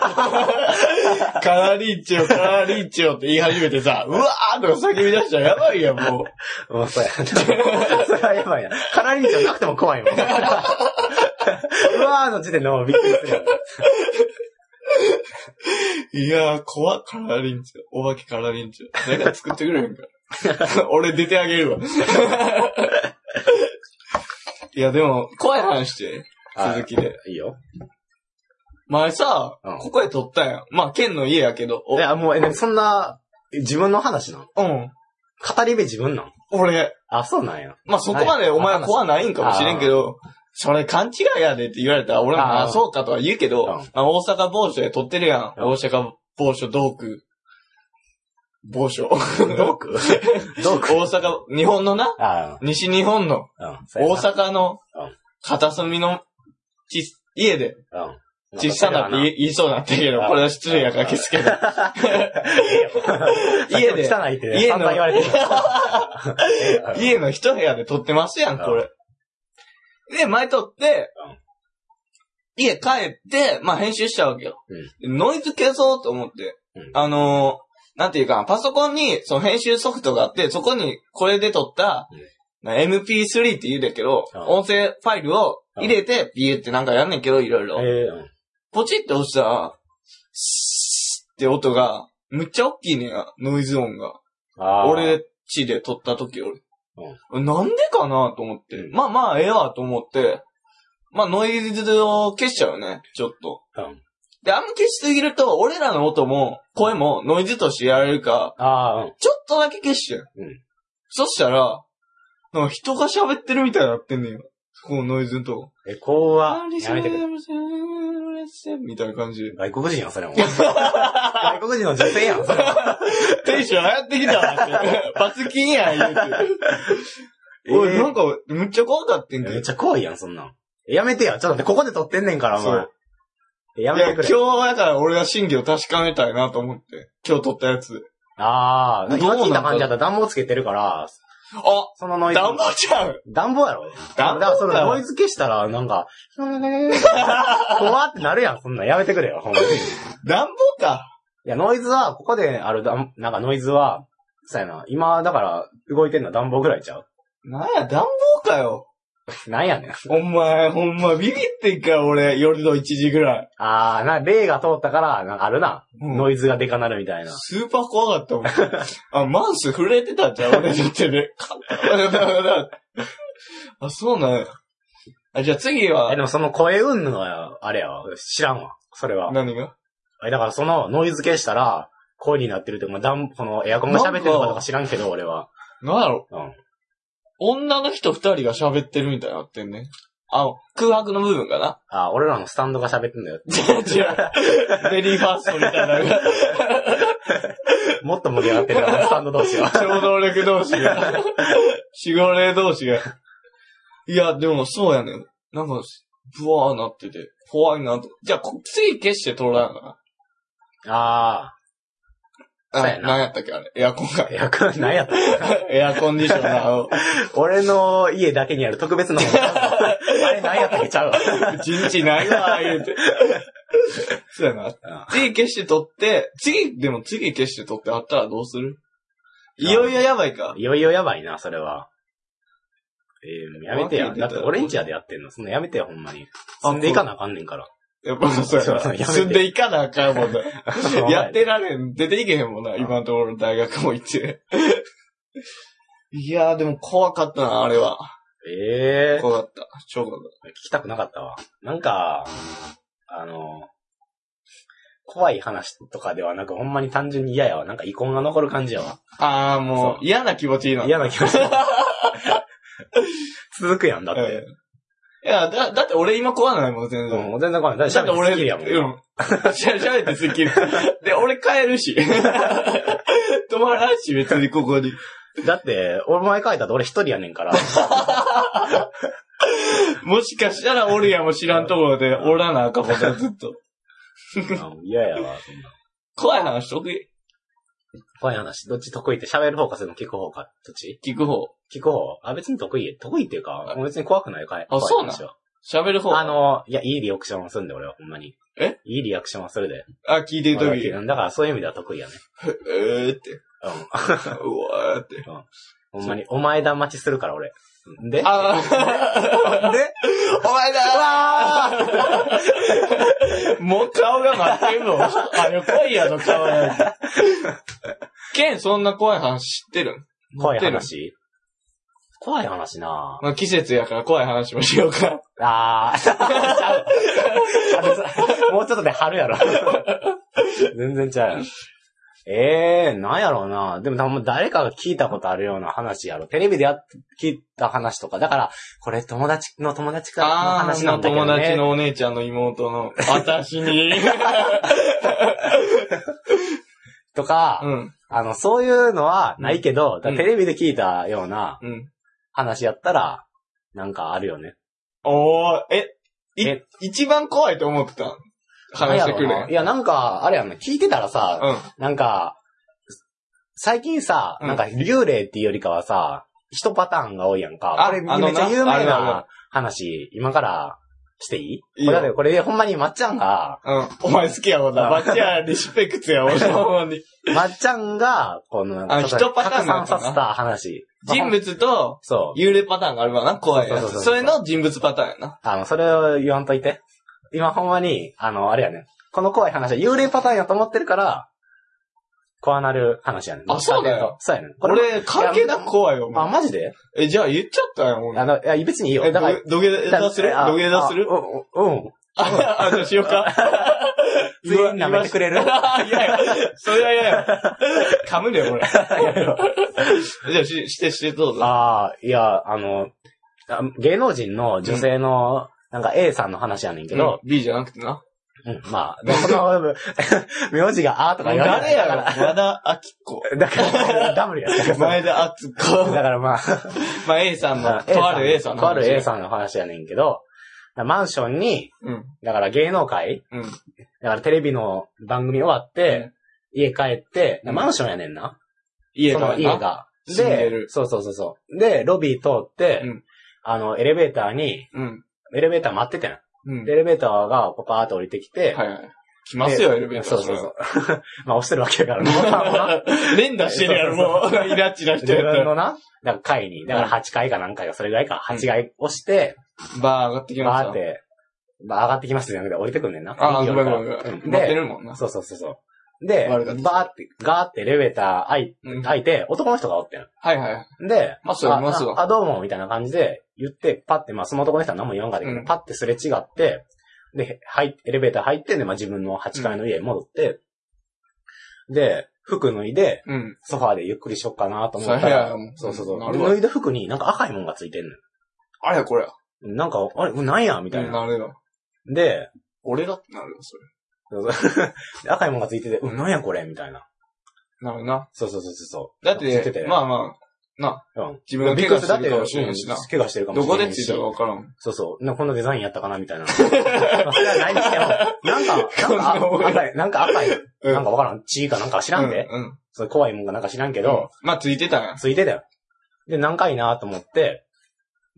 S1: カラリンチョウ、カラリンチョウって言い始めてさ、うわーとか叫び出したらやばいやん、もう。
S2: うん、 そうや。それはやばいな。カラリンチョウなくても怖いもん。うわーの時点でもうびっくりするよね。
S1: いやー、怖っ、カラリンチョ。お化けカラリンチョ。誰か作ってくれへんか。 俺出てあげるわ。いや、でも、怖い話して、続きで。
S2: いいよ。
S1: 前さ、
S2: うん
S1: ここで撮ったやん。まあ、県の家やけど。お
S2: いや、もう、え、でもそんな、自分の話なの
S1: うん。
S2: 語り部自分なの
S1: 俺、
S2: あ、そうなんや。
S1: まあ、そこまでお前は怖ないんかもしれんけど、それ勘違いやでって言われたら、俺も、
S2: あ
S1: あ
S2: ー
S1: あ、そうかとは言うけど、
S2: うん
S1: まあ、大阪某所で撮ってるやん。
S2: うん
S1: 大阪某所道区。某所。
S2: ドーク ドー ク
S1: 大阪、日本のな、
S2: あ
S1: 西日本の
S2: あ、うん。そうや
S1: 大
S2: な
S1: 阪の
S2: うん
S1: 片隅のち家で
S2: うん。
S1: 小さなって言い言いそうなったけど、
S2: うん
S1: これは失礼やから消すけど、
S2: 家
S1: 家
S2: で。
S1: で
S2: 汚いってね、
S1: 家の
S2: 散々言われてる。
S1: 家の一部屋で撮ってますやん、
S2: うん
S1: これ。で、前撮って
S2: うん、
S1: 家帰って、まあ編集したわけよ。ノイズ消そうと思って
S2: うん、
S1: あのー、なんていうかな、パソコンにその編集ソフトがあって、そこにこれで撮った
S2: うん、
S1: な MP3 って言うんだけど、
S2: うん
S1: 音声ファイルを入れて、ビーってなんかやんねんけど、いろいろ。
S2: ええうん
S1: ポチって押したら、スーって音が、むっちゃ大きいねや、ノイズ音が。
S2: あー
S1: 俺、地で撮った時俺。なんでかなと思って。
S2: うん
S1: まあまあ、ええわと思って。まあ、ノイズを消しちゃうね、ちょっと。
S2: うん
S1: で、あんま消しすぎると、俺らの音も、声もノイズとしてやられるから、
S2: ああ、うん。
S1: ちょっとだけ消しちゃう。
S2: うん
S1: そしたら、なんか人が喋ってるみたいになってんねんよ。このノイズのとこ。
S2: え、こうは、やめてくれ。
S1: みたいな感じで。
S2: 外国人よ、それも。 外国人の女性やん、それも。
S1: テンション上がってきたわって。パツキンやん、言うて。おい、
S2: えー
S1: なんか、むっちゃ怖かってんけど。
S2: めっ
S1: い
S2: ちゃ怖いやん、そんなん。えやめてよ、ちょっと待って、ここで撮ってんねんから、お
S1: そ
S2: 前
S1: う。
S2: えやめ
S1: や、
S2: てく
S1: 今
S2: れ
S1: 日。だから俺が真偽を確かめたいなと思って。今日撮ったやつ。
S2: あ
S1: ど
S2: あ、
S1: うな
S2: 今
S1: んだ
S2: 聞いた感じだったら暖房つけてるから、
S1: あ
S2: そのノイズ。
S1: 暖房ちゃう
S2: 暖房やろ
S1: 暖房だよ
S2: だからそのノイズ消したら、なんか、 怖ってなるやん、そんなん。やめてくれよ、ほんまに。
S1: 暖房か
S2: いや、ノイズは、ここであるだん、なんかノイズは、そうやな。今、だから、動いてんのは暖房ぐらいちゃう
S1: なんや、暖房かよ。
S2: なんやねん。
S1: お前、ほんま、ビビってんか、俺、夜の1時ぐらい。
S2: あー、な、霊が通ったから、なんかあるな。
S1: うん
S2: ノイズがでかなるみたいな。
S1: スーパー怖かったもん。あ、マウス震えてたんじゃん、俺だってね。 あ、そうなんや。あ、じゃあ次
S2: え、
S1: は、
S2: でもその声うんぬは、あれやわ。知らんわ。それは。
S1: 何が
S2: え、だからそのノイズ消したら、声になってるって、まあ、暖このエアコンが喋ってるのかとか知らんけど、俺は。
S1: なんやろ、
S2: うん
S1: 女の人二人が喋ってるみたいになってんね。あの、空白の部分かな
S2: あー、俺らのスタンドが喋ってんだよ。
S1: 違う違う。ベリーファーストみたいなのが。
S2: もっと盛り上がって るよ、スタンド同士は。
S1: 超能力同士が。守護霊同士が。いや、でもそうやねん。なんか、ブワーなってて、怖いなと。じゃあ、こ次消して撮らんかな。
S2: あそう
S1: あ
S2: やな
S1: 何やったっけあれ。エアコンか
S2: ー、。エアコン、なんやった
S1: エアコンディショナーを。
S2: 俺の家だけにある特別なもの。あれ何やったっけちゃうわ。
S1: 一日ない わ、言うて。そうやな。次消して撮って、次、でも次消して撮ってあったらどうするいよいよやばいか。
S2: いよいよやばいな、それは。えー、もうやめてや。
S1: 分けて
S2: だ
S1: た
S2: って俺んちやでやってんの。そんなやめてよ、ほんまに。住んでいかなあかんねんから。
S1: やっぱそうや
S2: そう
S1: な。
S2: そうやめて
S1: 住んでいかなあかんもんな。やっ
S2: る。
S1: てられん、出ていけへんもんな、
S2: うん
S1: 今のところ大学も行って。いやーでも怖かったな、あれは。
S2: ええー、
S1: 怖かった。超怖かっ
S2: 聞きたくなかったわ。なんか、あの、怖い話とかではなく、ほんまに単純に嫌やわ。なんか遺恨が残る感じやわ。
S1: た。あーもう
S2: そう
S1: 嫌な気持ちいいな。
S2: 嫌な気持ち。 続くやん、だっ
S1: うん
S2: て。
S1: いや、だ、だって俺今怖ないもん、全然。
S2: もう全然怖い。だって
S1: だって
S2: 喋
S1: 俺、
S2: り好きやも
S1: う
S2: ん。
S1: ん。 しゃ、喋ってすっきり。で、俺帰るし。 止まらんし、別にここに。
S2: だって、お前書いたと俺一人やねんから。
S1: もしかしたら俺やも知らんところで、おらなあかんもんな、ずっと。
S2: あ嫌やわ。そんな
S1: 怖い話得意
S2: 怖い話、どっち得意って喋る方かそれも聞く方か、どっち
S1: 聞く方。
S2: 聞く方あ、別に得意。得意っていうか、もう別に怖くないよ、かい。
S1: あそうなん
S2: 怖い話は
S1: 喋る方。
S2: あ、の、いや、いいリアクションはするんで、俺は、ほんまに。
S1: え
S2: いいリアクションはするで。
S1: あ、聞いてるとき。
S2: だから、そういう意味では得意やね。
S1: えーって。
S2: う
S1: うわーって。
S2: ん。ほんまに、お前だ待ちするから、俺。で
S1: あー
S2: で
S1: お前だーもう顔が待ってんの。あの、怖いやの顔なんてケン、そんな怖い話知ってる
S2: 怖い
S1: 持ってる
S2: 話怖い話な
S1: まあ、季節やから怖い話もしよう か。
S2: ぁ。あーちゃうもうちょっとで春やろ。全然ちゃうやろ。ええー、なんやろうな。でも多分誰かが聞いたことあるような話やろ。テレビでやっ聞いた話とか。だから、これ友達の友達からの
S1: あ
S2: 話なんだけどね。
S1: 友達のお姉ちゃんの妹 の、私に。
S2: とか、
S1: うん、
S2: あの、そういうのはないけど、だ
S1: うん
S2: テレビで聞いたような
S1: うん。
S2: 話やったら、なんかあるよね。
S1: おー、え、い
S2: え、
S1: 一番怖いと思ってたん話してく
S2: なんやろうな
S1: れ。
S2: いや、なんか、あれやんな、聞いてたらさ、
S1: うん。
S2: なんか、最近さ、
S1: うん
S2: なんか、幽霊っていうよりかはさ、一パターンが多いやんか。
S1: あ
S2: あれ、め
S1: あのな
S2: っちゃ有
S1: あ
S2: 名
S1: るある
S2: な話、今からしていい
S1: いい
S2: こ
S1: よ
S2: れだってこれで、ほんまにまっちゃんが、
S1: うん。お前好きやもんな。
S2: あ
S1: バッチャーリスペクツや、 俺の方に。
S2: まっちゃんが、この、
S1: あ一パターン
S2: 拡
S1: のや
S2: 散
S1: つな
S2: させた話。
S1: 人物と
S2: そう。
S1: 幽霊パターンがあるからな、怖いや
S2: そうそうそう
S1: つ。
S2: そ
S1: そうれの人物パターンやな。
S2: あの、それを言わんといて。今ほんまに、あの、あれやね。この怖い話は幽霊パターンやと思ってるから、怖なる話やねん。
S1: あそうだよ。
S2: そうやねん。これ、
S1: 俺、関係なく怖いよ、お
S2: あ、
S1: 前。
S2: マジで
S1: え、じゃあ言っちゃったよ、俺。
S2: あの、いや、別にいいよ。
S1: え、
S2: だ
S1: ど
S2: から、
S1: 土下座する
S2: あ
S1: 土下座する
S2: あうん、うん。
S1: あ、あじゃあしようか。
S2: 全員舐めてくれ る
S1: いやいや、それは嫌や。噛むねよ、俺。じゃあし、して、して、どうぞ。
S2: ああ、いや、あの、あ芸能人の女性の、なんか A さんの話やねんけど、
S1: うん B じゃなくてな。
S2: うん、まあ、でもその、 名字があーとか言われ
S1: 誰やろ
S2: だか
S1: 和田明子。
S2: ら、だから、ダ ブルやったから
S1: 前田敦
S2: だ
S1: 子。
S2: からまあ、
S1: まあ A さんの、
S2: あ
S1: とある A さんの
S2: とある A
S1: ん。
S2: さんの話やねんけど、マンションに、
S1: うん。
S2: だから芸能界
S1: うん。
S2: だからテレビの番組終わって、家帰って、
S1: うん
S2: マンションやねんな。
S1: 家
S2: そ
S1: が
S2: の
S1: な。
S2: 家が。
S1: 住んで
S2: で
S1: る、
S2: そうそうそうそう。で、ロビー通って、
S1: うん
S2: あの、エレベーターに、
S1: うん。
S2: エレベーター待ってたや
S1: うん
S2: ん。で。エレベーターがパパーっと降りてきて、
S1: はいはい。来ますよ、
S2: で
S1: エレベーター。
S2: そうそうそう。 まあ押してるわけやから、ボタン をな
S1: う。連打してるやろ、もう。 イラッチな人
S2: 自
S1: やった
S2: 分
S1: ら。
S2: のな、だから階に、だから8階か何階か、それぐらいか、8階押して、
S1: バー上がってきま
S2: バ
S1: し
S2: ー
S1: た。
S2: って、バー上がってきますじゃなくて降りてくんねんな。
S1: ああ、
S2: 右
S1: ご
S2: 寄
S1: め
S2: る
S1: んご
S2: から
S1: めんごめん。
S2: うん
S1: 持って
S2: で、
S1: るもんな。
S2: そうそうそうそう。で、バ
S1: 悪かった
S2: ーって、ガーってエレベーター開い
S1: うん
S2: 開いて、男の人がおって
S1: はいはい。
S2: ん。で、
S1: まあ、そうやります
S2: あ
S1: わ。
S2: あ、どうも、みたいな感じで言って、パって、まあその男の人は何も言わんかったけど、
S1: うん
S2: パってすれ違って、で、入っエレベーター入って、で、まあ自分の8階の家に戻って、で、服脱いで、
S1: うん。
S2: ソファーでゆっくりしよっかなと思っ
S1: そ
S2: た
S1: うや
S2: ら
S1: やもう、
S2: そうそう
S1: な
S2: そう。
S1: る
S2: で
S1: わ
S2: 脱いだ服になんか赤いもんがついてんのよ
S1: あれやこれや。
S2: なんか、あれ、これなんやみ
S1: み
S2: たいな。
S1: なるよ。
S2: で、
S1: 俺だってなるよ、それ。
S2: そうそう で赤いもんがついてて、うん、なんやこれみたいな。
S1: なるな。
S2: そうそうそうそう。
S1: だっ
S2: ついて
S1: て
S2: て、、
S1: まあまあ、な、
S2: うん。
S1: 自分が
S2: び
S1: 怪
S2: っ
S1: 我
S2: くりした
S1: し
S2: だってて
S1: るかもしれんしな。
S2: 怪我してるかも
S1: ど
S2: しれ
S1: こ
S2: ん
S1: で
S2: し。
S1: ついたかわからんもん。
S2: そうそう。なこんなデザインやったかなみたいな。 まあそれはないにしてもなん か、なんか赤い、なんか赤い、
S1: う
S2: なんかわからん、血かなんか知らんで。
S1: うん。うん
S2: それ怖いもんがなんか知らんけど、、
S1: まあ、ついてたんや。
S2: ついてたよ。で、何回なと思って、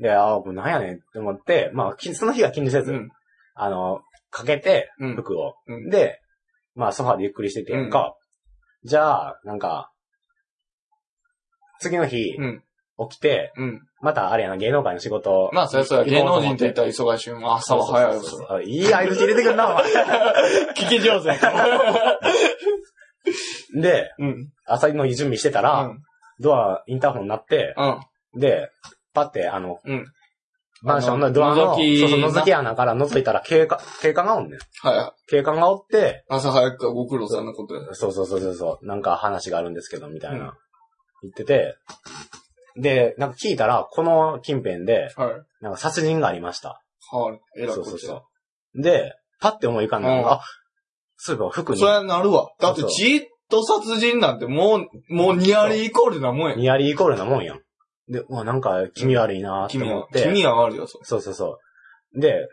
S2: で、ああ、もうなんやねんって思って、まあ、きその日は気にせ
S1: う
S2: ず、
S1: ん。
S2: あの、かけて、
S1: うん。
S2: 服を。
S1: うん
S2: で、まあソファーでゆっくりしててやんか。じゃあ、なんか、次の日、
S1: うん
S2: 起きて、
S1: うん。
S2: またあれやな、芸能界の仕事。
S1: まあ、そりゃそうや。芸能人って言ったら忙しいもん。朝は早いよ、
S2: そ
S1: そうれ
S2: そうそうあいい相槌入れてくんな、お
S1: 聞き上手やから。
S2: 前。 で、
S1: うん。うん。
S2: 朝の準備してたら、ドア、インターホンになって、
S1: うん。
S2: で、パって、あの、
S1: うん
S2: マンションのドア
S1: あの
S2: の、
S1: 覗き
S2: そうそう、覗き穴から覗いたら警官、警官がおんねん。
S1: はい。
S2: 警官がおって、
S1: 朝早くからご苦労さんのことや。
S2: そうそうそうそうそう、なんか話があるんですけど、みたい
S1: う
S2: な、
S1: ん
S2: 言ってて、で、なんか聞いたら、この近辺で、
S1: はい。
S2: なんか殺人がありました。
S1: はい。えらこ
S2: そうそう
S1: っちゃ。
S2: そう。で、パって思い浮かんだの
S1: うん
S2: が、あ、そういえば服に
S1: そりゃなるわ。だって
S2: そうそう
S1: じっと殺人なんてもう、もうニアリイコールなもんや。
S2: ニアリイコールなもんやん。で、うわ、なんか気味悪いなって
S1: 君
S2: 思
S1: は
S2: っ、て、
S1: 君はあるよ、そ
S2: そうそうそう。で、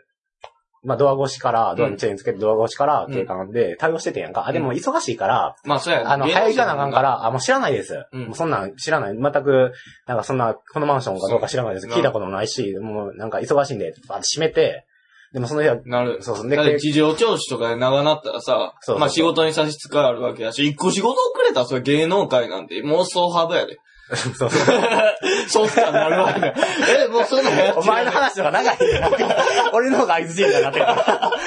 S2: まあ、ドア越しから、ドアにチェーンつけて、ドア越しから
S1: う、ん
S2: 警官で対応しててんやんか。あ、でも忙しいから、
S1: う。まあ、そうや。
S2: あの、
S1: 芸能人
S2: 早いかなあかんから、あ、もう知らないです。
S1: うん
S2: もうそんなん知らない。全く、なんかそんな、このマンションかどうか知らないです。
S1: そう
S2: 聞いたこともないし、もうなんか忙しいんで、バッて閉めて、でもその日は、
S1: なる。
S2: そうそう、
S1: だって
S2: で、
S1: 事情聴取とかで長なったらさ
S2: そうそうそ、う
S1: まあ仕事に差し支えあるわけやし、一個仕事遅れたらそれ芸能界なんて妄想ハブやで。
S2: そうそう。
S1: そうしたらなるわ けだ。え、もうそんなんやって
S2: お前の話とか長い。 なんか俺の方が相槌みたいになってるか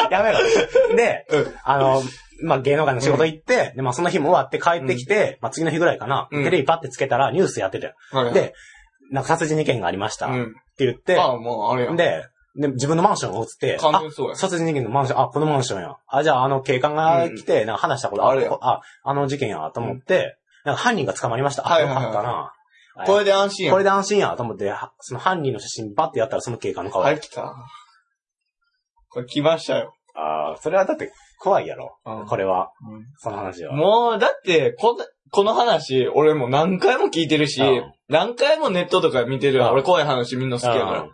S2: ら。 やめろ。で、
S1: うん
S2: あの、まあ、芸能界の仕事行って、で、まあ、その日も終わって帰ってきて、まあ、次の日ぐらいかな、
S1: うん
S2: テレビパッてつけたらニュースやってて、
S1: はい
S2: で、なんか殺人事件がありました、
S1: う
S2: って
S1: ん。
S2: 言って、
S1: ああ、もうあれやん。
S2: で、で、自分のマンションを映って、
S1: 完
S2: あ
S1: 全、にそうや。
S2: 殺人事件のマンション、あ、このマンションや。あ、じゃあ、あの警官が来て、なんか話したこと
S1: あれや
S2: こあ、あの事件や、と思って、なんか犯人が捕まりました。あ、
S1: はい
S2: よ
S1: はいはい
S2: かったな。はい
S1: これで安心やん。
S2: これで安心や、と思って、はその犯人の写真バッてやったらその警官の顔。
S1: はい、来た。これ来ましたよ。
S2: ああ、それはだって怖いやろ。
S1: うん
S2: これは
S1: うん。
S2: その話は。
S1: もう、だって、こんな、この話、俺もう何回も聞いてるし
S2: うん、
S1: 何回もネットとか見てる
S2: う
S1: わ。
S2: ん
S1: 俺怖い話みんな好きやから
S2: う。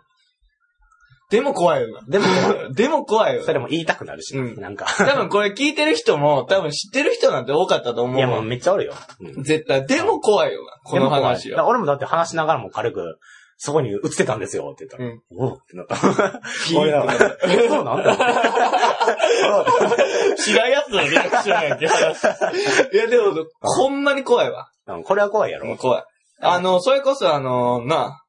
S1: でも怖いよ
S2: んでも、
S1: な。でも怖いよ
S2: そ
S1: な。
S2: れも言いたくなるし、
S1: うん
S2: なんか。
S1: 多分これ聞いてる人も、多分知ってる人なんて多かったと思
S2: いや、も
S1: う。
S2: うめっちゃおるよ。うん
S1: 絶対。でも怖いよな、この話
S2: でも怖いだか
S1: は。
S2: ら俺もだって話しながらも軽く、そこに映ってたんですよって言ったら、
S1: うん
S2: おうって なった。
S1: ピーってなっ
S2: えそうなんだ。
S1: た知らんやつのリアクション やんけ、話。いや、でも、ほんまに怖いわ。
S2: うんこれは怖いや
S1: もう
S2: ろ。
S1: 怖い。あの、それこそあの、な、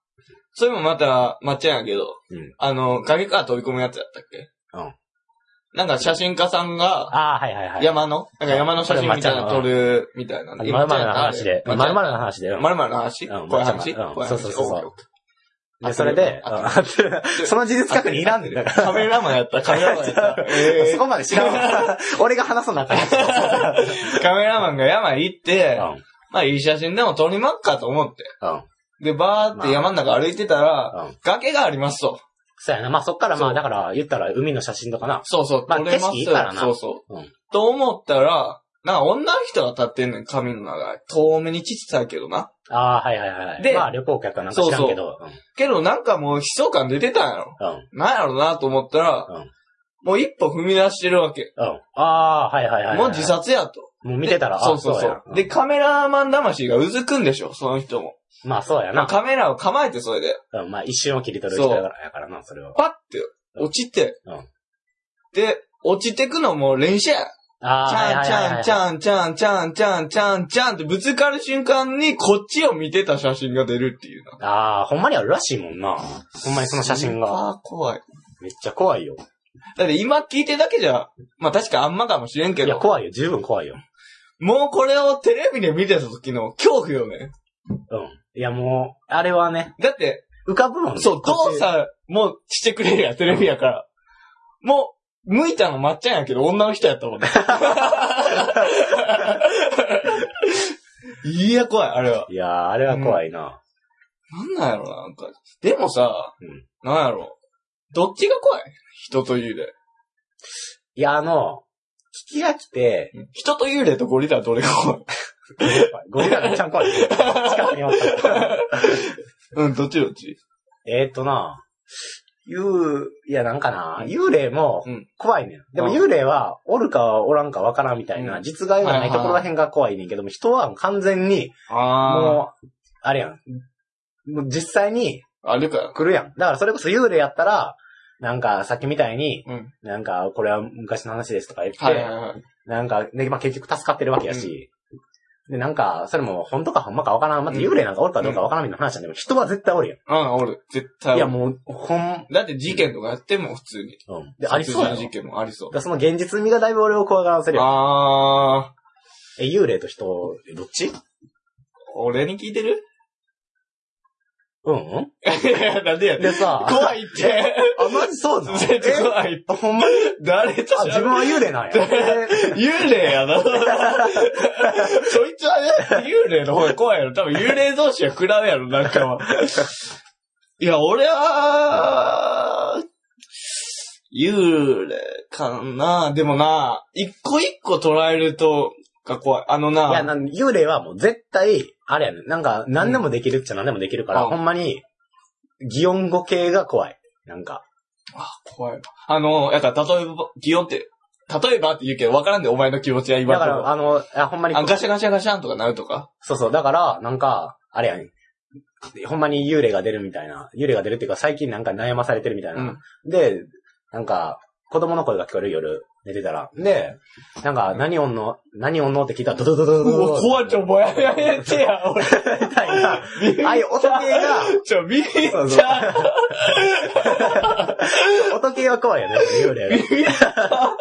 S1: それもまた、まっちゃんやけど、
S2: うん
S1: あの、影から飛び込むやつやったっけ
S2: うん。
S1: なんか写真家さんが、
S2: ああ、はいはいはい。
S1: 山の、なんか山の写真みたいなの撮る、みたいな。
S2: まるまるの話で。ま
S1: まっち
S2: る
S1: ゃん
S2: ま
S1: やっ
S2: るの話で。
S1: たまるまるの話
S2: うん
S1: 怖い話
S2: まるまるうん
S1: 怖い話
S2: そうそうそうそう
S1: オッケーオッケー
S2: で、それで、
S1: あ
S2: うんその事実確認いらんねんだから。
S1: カメラマンやった、カメラマンや った。え
S2: そこまで知ら んわ。俺が話すなったら。
S1: ーカメラマンが山行っ
S2: う
S1: て、
S2: ん。うん。
S1: まあいい写真でも撮りまっかと思って。で、バーって山の中歩いてたら、
S2: うん。
S1: 崖がありますと。
S2: そうやな。まあ、そっからまあ、だから、言ったら海の写真とかな。
S1: そうそう、
S2: まあ
S1: 撮れま
S2: 景色
S1: す
S2: いいからな
S1: そうそう、
S2: うん
S1: と思ったら、なんか女の人が立ってんねん、髪の長い。遠目にちっちゃいけどな。
S2: ああ、はいはいはい。
S1: で
S2: まあ、旅行客はなんか知らんけど。うん
S1: けどなんかもう悲壮感出てたんやろ。
S2: うん。
S1: なんやろなと思ったら、
S2: うん
S1: もう一歩踏み出してるわけ。
S2: うん。ああー、はいはいはいはい。
S1: もう自殺やと。
S2: もう見てたら、あ
S1: そうそうそ
S2: や
S1: う。で、カメラマン魂がうずくんでしょ、その人も。
S2: んまあそうや
S1: まあ
S2: な。
S1: カメラを構えてそれで、
S2: うんまあ一瞬を切り取る人やからやからな、それは。
S1: パッて落ちて、
S2: うん
S1: で、落ちてくのも連射や。チャ
S2: あ
S1: ンチャンチ
S2: ン。
S1: ャンチャンチャンチャンチャンチャンってぶつかる瞬間にこっちを見てた写真が出るっていうな。
S2: ああ、ほんまにあるらしいもんな。ほんまにその写真が。
S1: ああ、怖い。
S2: めっちゃ怖いよ。
S1: だって今聞いてるだけじゃ、まあ確かあんまかもしれんけ
S2: いや、
S1: ど、
S2: 怖いよ。十分怖いよ。
S1: もうこれをテレビで見てた時の恐怖よね。
S2: うん。いや、もう、あれはね、
S1: だって、
S2: 浮かぶもんね。
S1: そう、
S2: こっ
S1: 動
S2: ち
S1: 作もうしてくれるやん、テレビやから。もう、向いたのまっちゃんやけど、女の人やったもんね。いや、怖い、あれは。
S2: いや、あれは怖いな。
S1: なんなんやろな、なんか。でもさ、
S2: うん
S1: なんやろ。どっちが怖い人と幽霊。
S2: いや、あの、聞き飽きて、
S1: 人と幽霊とゴリラどれが 怖い
S2: ゴリラめっちゃ怖い。近くにおったから。
S1: うん、どっちどっち
S2: えーっとな、幽、いや、なんかな、幽霊も
S1: うん
S2: 怖いねん。でも
S1: うん
S2: 幽霊は、おるかおらんかわからんみたいな、
S1: うん
S2: 実害がないところらへんが怖いねんけども、人は完全に、
S1: あ
S2: もう、あれやん。もう実際に
S1: あ。あれか。
S2: 来るやん。だからそれこそ幽霊やったら、なんか、さっきみたいに、
S1: うん。
S2: なんか、これは昔の話ですとか言って、
S1: はいはいはい。
S2: なんか、ね、まあ結局助かってるわけやし、で、なんか、それも、本当かほんまかわからん。また幽霊なんかおるかどうかわからんみたいな話なんで、人は絶対おる
S1: うん、俺、絶
S2: や
S1: 対
S2: ん。い
S1: お
S2: や、
S1: る。
S2: もう、ほん、
S1: だって事件とかやってんもん、普通に。
S2: うん。で、ありそうや
S1: 殺人
S2: ん。
S1: 事
S2: だか
S1: 件もありそう。
S2: らその現実味がだいぶ俺を怖がらせるよ。
S1: あー、
S2: え、幽霊と人、どっち
S1: 俺に聞いてる
S2: うんうん
S1: いやなんでやね
S2: で
S1: ん。
S2: さ、
S1: 怖い って。
S2: あ、マジそうなの
S1: 絶対怖いって。
S2: えほんまに
S1: 誰と
S2: あ、自
S1: 喋る
S2: 分は幽霊 なんや。
S1: 幽霊や な。そいつはね、幽霊の方が怖いやろ。多分幽霊同士は比べやろ、なんかは。いや、俺は、幽霊かな。でもな、一個一個捉えると、が怖い。あの
S2: いや、
S1: な、
S2: なん幽霊はもう絶対、あれやねん。なんか、何でもできるっちゃ何でもできるから、
S1: うん
S2: ほんまに、擬音語系が怖い。なんか。
S1: 怖い。あの、やっぱ例えば、擬音って、例えばって言うけど、わからんで、お前の気持ちは今
S2: だ
S1: の
S2: か
S1: と
S2: ら、あの、あほんまに
S1: こ、あ、ガシャガシャガシャンとかなるとか。
S2: そうそう、だから、なんか、あれやねん。ほんまに幽霊が出るみたいな。幽霊が出るっていうか、最近なんか悩まされてるみたいな。で、なんか、子供の声が聞こえる夜、寝てたら。で、なんか、何おんの、何おんのって聞いたら、ドドドド
S1: う
S2: ドド
S1: わ、怖いちょ、もうやめてや、俺。
S2: みたいな。ああいう音系が、
S1: ちょ、ビビっ
S2: そう
S1: ち
S2: そう
S1: ゃう。
S2: 音系は怖いよね、幽霊が。
S1: ビビった。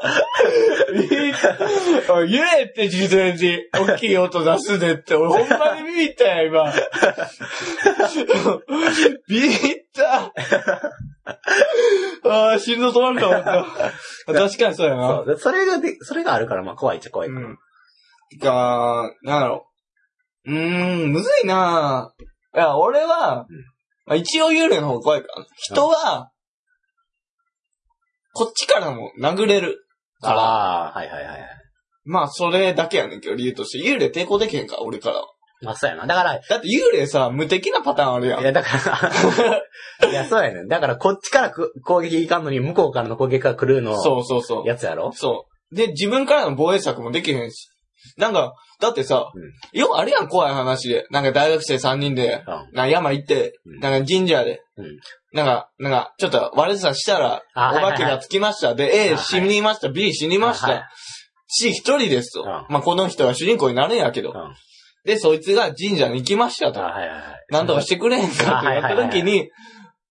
S1: おい揺れって自然に大きい音出すねって。俺ほんまにビビったよ、今。 ビビった。 ああ、心臓止まると思 った。確かにそうや
S2: そ
S1: な。
S2: う。それがで、それがあるから、まあ怖いっちゃ怖い。
S1: うん。か、なんだろう。うーん、むずいないや、俺は
S2: うん、
S1: まあ、一応幽霊の方が怖いからな。人は、こっちからも殴れるから。
S2: ああ、はいはいはいはい。
S1: まあ、それだけやねんけど、理由として。幽霊抵抗できへんから、俺からは。
S2: まあそうやな。だから、
S1: だって幽霊さ、無敵なパターンあるや
S2: い
S1: ん。
S2: やだから、い やそうやねん。だからこっちからく攻撃いかんのに、向こうからの攻撃が来る の、
S1: そうそうそ
S2: やつやろ
S1: う。そう。で、自分からの防衛策もできへんし。なんか、だってさ、
S2: うん
S1: よくあるやん、怖い話で。なんか大学生3人で、
S2: うん。
S1: なんか山行って、
S2: うん
S1: なんか神社で、
S2: うん
S1: なんか、なんか、ちょっと悪さしたら、
S2: あ
S1: お化
S2: はい
S1: け
S2: はい
S1: が
S2: はい
S1: つきました。で、
S2: い
S1: A 死にました、B 死にまし
S2: あはい
S1: た。C 一人ですと。
S2: うん
S1: まあ、この人は主人公になるんやけど。
S2: うん
S1: で、そいつが神社に行きました
S2: あ
S1: と。
S2: はいはいはい。
S1: なんとかしてくれへんかって
S2: あは
S1: ないっ
S2: はい
S1: た
S2: はい
S1: 時に、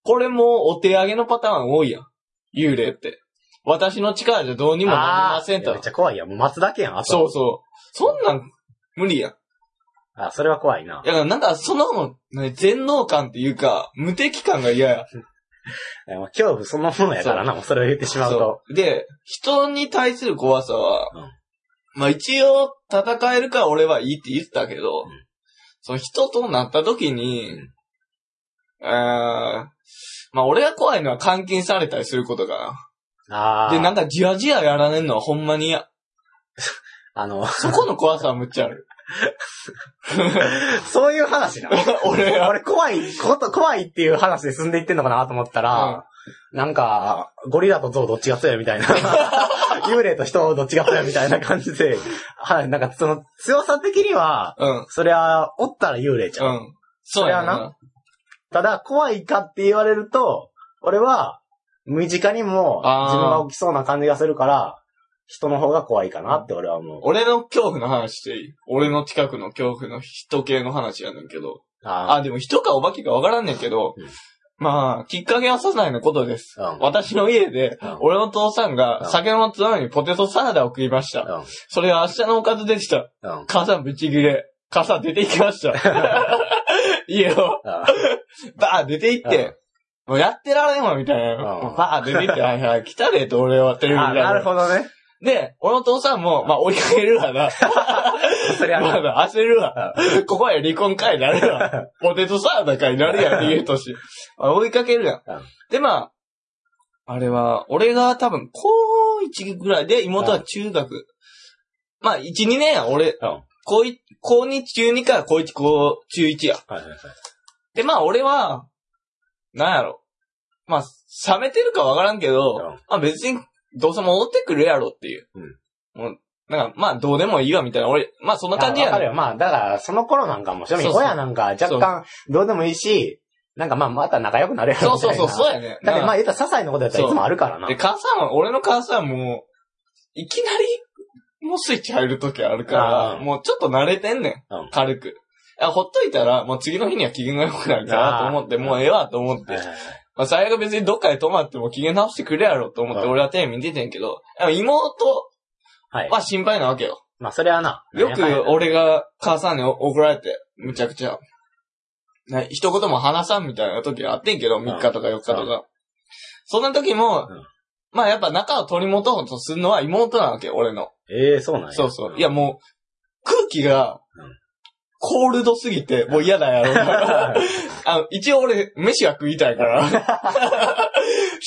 S1: これもお手上げのパターン多いやん。幽霊って。私の力じゃどうにもなりません
S2: あーいや
S1: と
S2: めっ。ちゃ怖いやん。もう待つだけやん、あと。
S1: そうそう。そんなん、無理やん。
S2: あ、それは怖いな。
S1: だからなんか、その、ね全能感っていうか、無敵感が嫌や。
S2: いやもう恐怖そのものやからな、もうそれを言ってしまうと。
S1: そう。で、人に対する怖さは、
S2: うん
S1: まあ一応戦えるから俺はいいって言ってたけど、
S2: うん
S1: その人となった時に、
S2: うん
S1: えーまあ俺が怖いのは監禁されたりすることか
S2: あ
S1: な。
S2: あ。
S1: で、なんかじわじわやられんのはほんまに嫌。
S2: あの、
S1: そこの怖さはむっちゃある。
S2: そういう話 な。
S1: 俺は。
S2: 俺怖いこと、怖いっていう話で進んでいってんのかなと思ったら、なんか、ゴリラとゾウどっちが強いみたい な。幽霊と人どっちが強いみたいな感じで、はい、なんかその強さ的には、
S1: うん。
S2: そりゃ、おったら幽霊じゃん。
S1: うん。そうや
S2: それは
S1: な。
S2: ただ、怖いかって言われると、俺は、身近にも
S1: あー
S2: 自分が起きそうな感じがするから、人の方が怖いかなって俺は思う。
S1: 俺の恐怖の話していい俺の近くの恐怖の人系の話やねんけど。
S2: あ
S1: あ、でも人かお化けかわからんねんけど
S2: うん、
S1: まあ、きっかけはさないのことです。
S2: あ、うん。
S1: 私の家で
S2: うん、
S1: 俺の父さん
S2: う
S1: が
S2: ん
S1: 酒のつまみにポテトサラダを食いました。
S2: う
S1: それは明日のおかずでした。
S2: ん。 うん。
S1: 母さんぶち切れ。母さん出て行きま した。家を、バー出て行って、もうやってられんわ、みたいな。
S2: ん
S1: もうバー出て行って、はいはい、来たでと俺はテレビ
S2: あ、
S1: 見た
S2: なる
S1: ら。
S2: ほどね。
S1: で、俺の父さんも、まあ追いかけるわな。
S2: そりゃ
S1: ま
S2: な。
S1: だ焦る わ。ここや離婚会になる わ。ポテトサラダ会になるやん、言うとし。まあ追いかけるやん
S2: うん。
S1: で、まあ、あれは、俺が多分、高1ぐらいで、妹は中学。まあ、1、2年やん、俺
S2: うん。
S1: 高一高2、中2から高1、高中1や。
S2: はいはいはい。
S1: で、まあ、俺は、なんやろ。まあ、冷めてるかわからんけど、
S2: うん
S1: まあ別に、どうせ戻ってくるやろっていう。もう、なんか、まあ、どうでもいいわ、みたいな。俺、まあ、そんな感じ
S2: あ
S1: や
S2: わか
S1: ねん
S2: るよ。まあ、だから、その頃なんかも、ちなみに
S1: そうそう
S2: 親なんか若干、どうでもいいし、なんかまあ、また仲良くなれるみたい
S1: そ
S2: な。
S1: うそうそう、そうやね。
S2: だってまあ、
S1: な
S2: 言ったら些細なことやったらいつもあるから
S1: あ
S2: な
S1: で、。母さんは、俺の母さんも、いきなり、もスイッチ入るときあるから、
S2: あー
S1: もうちょっと慣れてんね
S2: うん
S1: ん。軽く。あほっといたら、もう次の日には機嫌が良くなるかなと思って、
S2: あー
S1: もうええわと思って。まあ、最悪別にどっかで止まっても機嫌直してくれやろうと思って、
S2: うん
S1: 俺はテレビ見ててんけど、でも妹
S2: はい。
S1: は心配なわけよ。
S2: まあ、それはな。
S1: よく
S2: 何やかんや
S1: 俺が母さんに怒られて、むちゃくちゃ、な一言も話さんみたいな時があってんけど、
S2: ん
S1: 3日とか4日と
S2: う
S1: か。そんな時も
S2: うん、
S1: まあやっぱ仲を取り戻そうとするのは妹なわけよ、俺の。
S2: ええそうなんや。
S1: そうそう。い
S2: や、
S1: やもう、空気が
S2: うん、
S1: コールドすぎて、もう嫌だやろな。あの、一応俺、飯は食いたい から。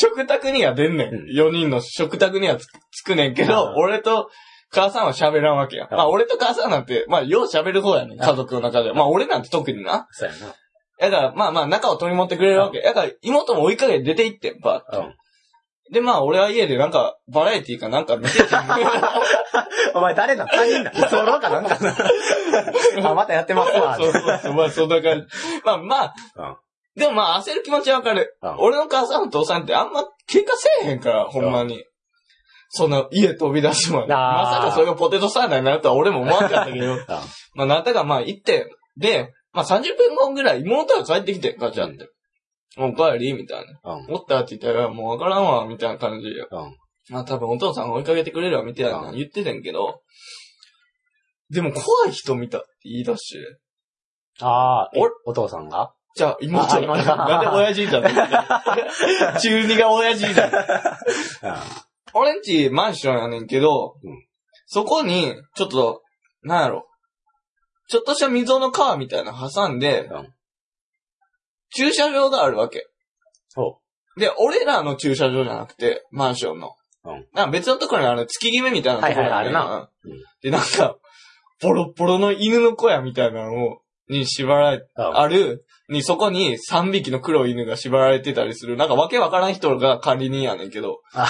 S1: 食卓には出んねん
S2: うん。
S1: 4人の食卓にはつつくねんけど、
S2: うん
S1: 俺と母さんは喋らんわけや。
S2: うん
S1: まあ俺と母さんなんて、まあよう喋る方やねん。家族の中で。まあ俺なんて特にな。
S2: そうやな。
S1: だから、まあまあ仲を取り持ってくれるわけ。だから妹も追いかけて出て行ってん、ば
S2: うん。
S1: で、まあ俺は家でなんか、バラエティーかなんか見てて。
S2: お前誰だ他 人だ。居候かなんかな。あ、またやってますわ。
S1: そうそうそう。まあそんな感じ。まあまあ、
S2: うん
S1: でもまあ焦る気持ちはわかる。
S2: うん
S1: 俺の母さんと父さんってあんま喧嘩せえへんから、ほんまに。そんな家飛び出しても。
S2: あ
S1: ま
S2: ー
S1: さかそれがポテトサラダになるとは俺も思わなかったけ ど。
S2: うん
S1: まあなたがまあ行って、で、まあ30分後ぐらい妹が帰ってきて、ガチャって。お帰りみたいな。
S2: うん。
S1: おったって言ったら、もうわからんわ、みたいな感じで。
S2: うん。
S1: まあ多分お父さんが追いかけてくれるわ、みたいな
S2: う
S1: 言ってたんやけど。でも怖い人見たって言い出して。
S2: ああ、
S1: お
S2: お父さんが
S1: じゃあ、妹
S2: あ妹が
S1: なんで親父だ って。中二が親父だ。
S2: う
S1: 俺んちマンションやねんけど、
S2: うん
S1: そこに、ちょっと、なんやろ。ちょっとした溝の川みたいなの挟んで、
S2: うん
S1: 駐車場があるわけ。
S2: ほ
S1: で、俺らの駐車場じゃなくて、マンションの。
S2: うん
S1: なんか別のところにあの、月決めみたいなところに
S2: はいはいはいある
S1: な。うん
S2: うん
S1: で、なんか、ボロッボロの犬の小屋みたいなのを、に縛られ
S2: うん
S1: ある、に、そこに3匹の黒い犬が縛られてたりする。なんかわけわからん人が管理人やねんけど。
S2: あ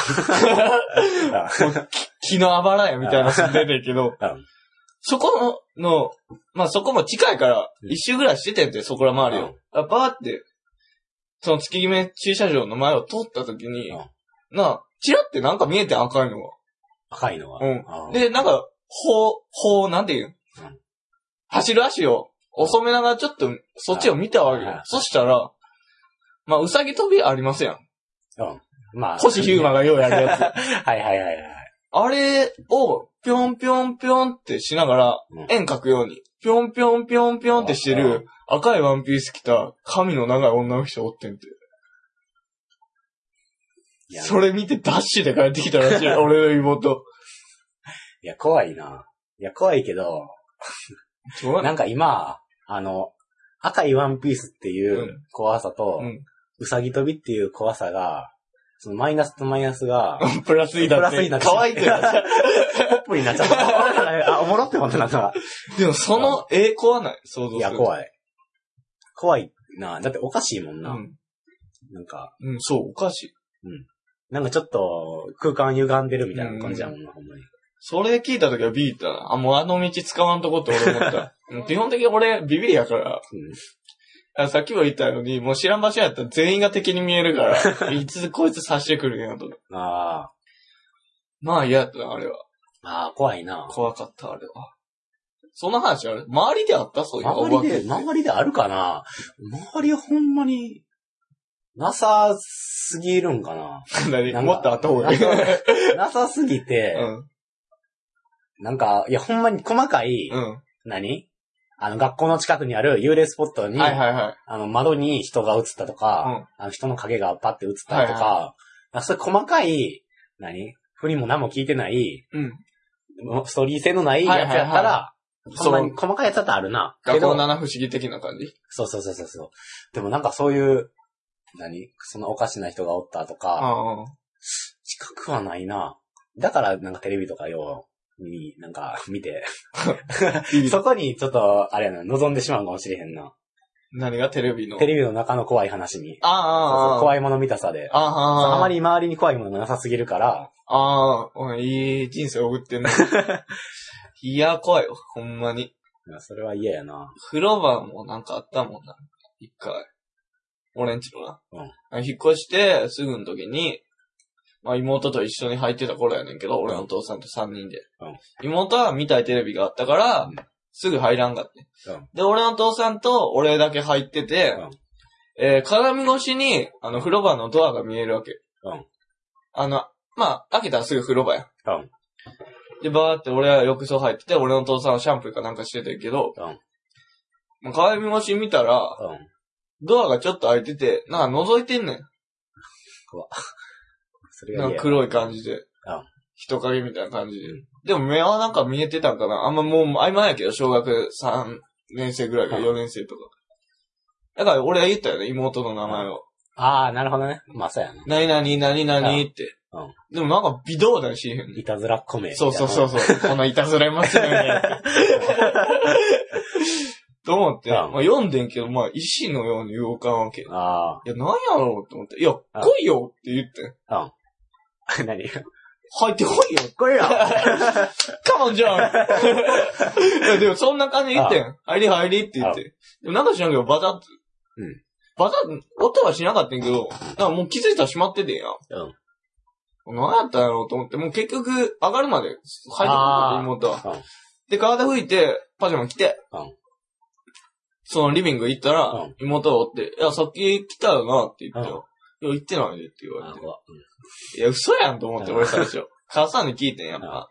S1: もうき木のあばらやみたいな住んでてんけど
S2: うん。
S1: そこの、のまあ、そこも近いから、
S2: うん
S1: 一周ぐらいしててんて、そこら周りを。あバーって、その月決め駐車場の前を通った時に
S2: うん、
S1: なあ、チラってなんか見えてん赤いのが。
S2: 赤いのは。
S1: うん
S2: あー
S1: で、なんか、ほう、ほう、なんて言うん
S2: うん
S1: 走る足を、遅めながらちょっと、そっちを見たわけ
S2: はい
S1: よ。そしたら、まあ、うさぎ飛びありませんやん。
S2: まあ。
S1: 星ヒューマンがようやるやつ。
S2: はいはいはいはい。
S1: あれを、ぴょんぴょんぴょんってしながら
S2: うん、
S1: 円描くように、ぴょんぴょんぴょんぴょんってしてる、赤いワンピース着た、髪の長い女の人おってんて。
S2: いや、
S1: それ見てダッシュで帰ってきた らしい、俺の妹。
S2: いや怖いな。いや、怖いけど、 なんか今、あの、赤いワンピースっていううん怖さと、
S1: うん
S2: うさぎ跳びっていう怖さが、そのマイナスとマイナスが、
S1: プラスにだっ
S2: プラスにな
S1: て。
S2: っちゃう
S1: 可愛くなっち ゃう
S2: ポップになっちゃ った。あ、おもろって思ってなった。
S1: でも、その、ええ、怖ない想像す
S2: い
S1: る。
S2: や、怖い。怖いな。だっておかしいもんな。
S1: うん
S2: なんか、
S1: うん、そう、おかしい。
S2: なんかちょっと空間歪んでるみたいな感じやもんな、ほんまに。
S1: それ聞いた時はビビったな。あ、もうあの道使わんとこって俺思 った。うん基本的に俺、ビビりやから。あさっきも言ったように、もう知らん場所やったら全員が敵に見える から、いつこいつ刺してくるんやと。
S2: うん。あ
S1: まあ嫌やったな、あれは。
S2: あ、ああ、怖いな。
S1: 怖かった、あれは。その話あれ周りであったそういう
S2: 周り
S1: お化
S2: で、周りであるかな周りほんまに、なさすぎるんかな
S1: け何
S2: なんか
S1: もっとあった方がいい。う
S2: なさすぎて、
S1: ん。
S2: なんか、いや、ほんまに細かい、
S1: うん。
S2: 何あの、学校の近くにある幽霊スポットに、
S1: はいはいはい。
S2: あの、窓に人が映ったとか、あの人の影がパッて映ったとか、なんかそういう細かい、何振りも何も聞いてない、
S1: うん。
S2: ストーリー性のないやつやったら、ほんま
S1: そう
S2: に。細かいやつだったらあるな。け
S1: 学校
S2: ど、
S1: 七不思議的な感じ
S2: そうそうそうそうそう。でもなんかそういう、何そのおかしな人がおったとか、
S1: ああ。
S2: 近くはないな。だから、なんかテレビとかよう、に、なんか、見て。
S1: ビビる
S2: そこに、ちょっと、あれやな、望んでしまうかもしれへんな。
S1: 何がテレビの。
S2: テレビの中の怖い話に。
S1: ああ
S2: そ
S1: あ
S2: う
S1: あ、あ
S2: そう
S1: あ。
S2: 怖いもの見たさで。
S1: あ
S2: そう
S1: あ、
S2: あまり周りに怖いものがなさすぎるから、
S1: ああ、おいいい人生送ってんな。いや、怖いよ、ほんまに。
S2: まあそれは嫌やな。
S1: 風呂場もなんかあったもんな。一回。俺んちのな。
S2: うん
S1: あ引っ越して、すぐの時に、まあ妹と一緒に入ってた頃やねんけど、俺のお父さんと三人で。
S2: うんうん
S1: 妹は見たいテレビがあったから、
S2: うん
S1: すぐ入らんかって、
S2: うん
S1: で、俺の父さんと俺だけ入ってて、
S2: うん
S1: えー鏡越しに、あの、風呂場のドアが見えるわけ。
S2: うん
S1: あの、まあ、開けたらすぐ風呂場や。
S2: うん
S1: で、バーって俺は浴槽入ってて、俺の父さんはシャンプーかなんかしててんけど、
S2: うん
S1: まあ鏡越し見たら、
S2: うん。
S1: ドアがちょっと開いてて、なんか覗いてんねん。
S2: それが
S1: なん
S2: 嫌
S1: か
S2: や
S1: 黒い感じで。人影みたいな感じで。でも目はなんか見えてたんかなあんまもう曖昧やけど、小学3年生ぐらいか
S2: うん
S1: 4年生とか。だから俺は言ったよね、妹の名前を。
S2: ああ、なるほどね。まあ、そうやな。
S1: 何々、何々って
S2: うんうん。
S1: でもなんか微動だにしへんねん。
S2: いたずらっこめ。
S1: そうそうそう。そう。こんないたずらい ますよ ね。と思って、
S2: うん
S1: まあ読んでんけど、まあ石のように動かんわけ。い
S2: あ
S1: や、なんやろうって思って。いや、来いよって言ってん。
S2: あ。何
S1: 入ってこいよ
S2: これよ。
S1: カモンじゃん いや、でもそんな感じで言ってん。入り入りって言って。でもなんか知らんけど、バタッと。
S2: うん。
S1: バタッと、音はしなかったんやけど、なんかもう気づいたら閉まっててんや。
S2: うん。
S1: 何やったんやろうと思って、もう結局、上がるまで、入ってこない
S2: あー
S1: 妹は。
S2: うん
S1: で、体拭いて、パジャマ着て、
S2: うん
S1: そのリビング行ったら、
S2: うん
S1: 妹がおって、いや、さっき来たよなって言ってよ。いや、行ってないでって言わ
S2: あ
S1: れて。
S2: 怖
S1: いや、嘘やんと思って、
S2: うん
S1: 俺最初。母さんに聞いてん、やっぱ。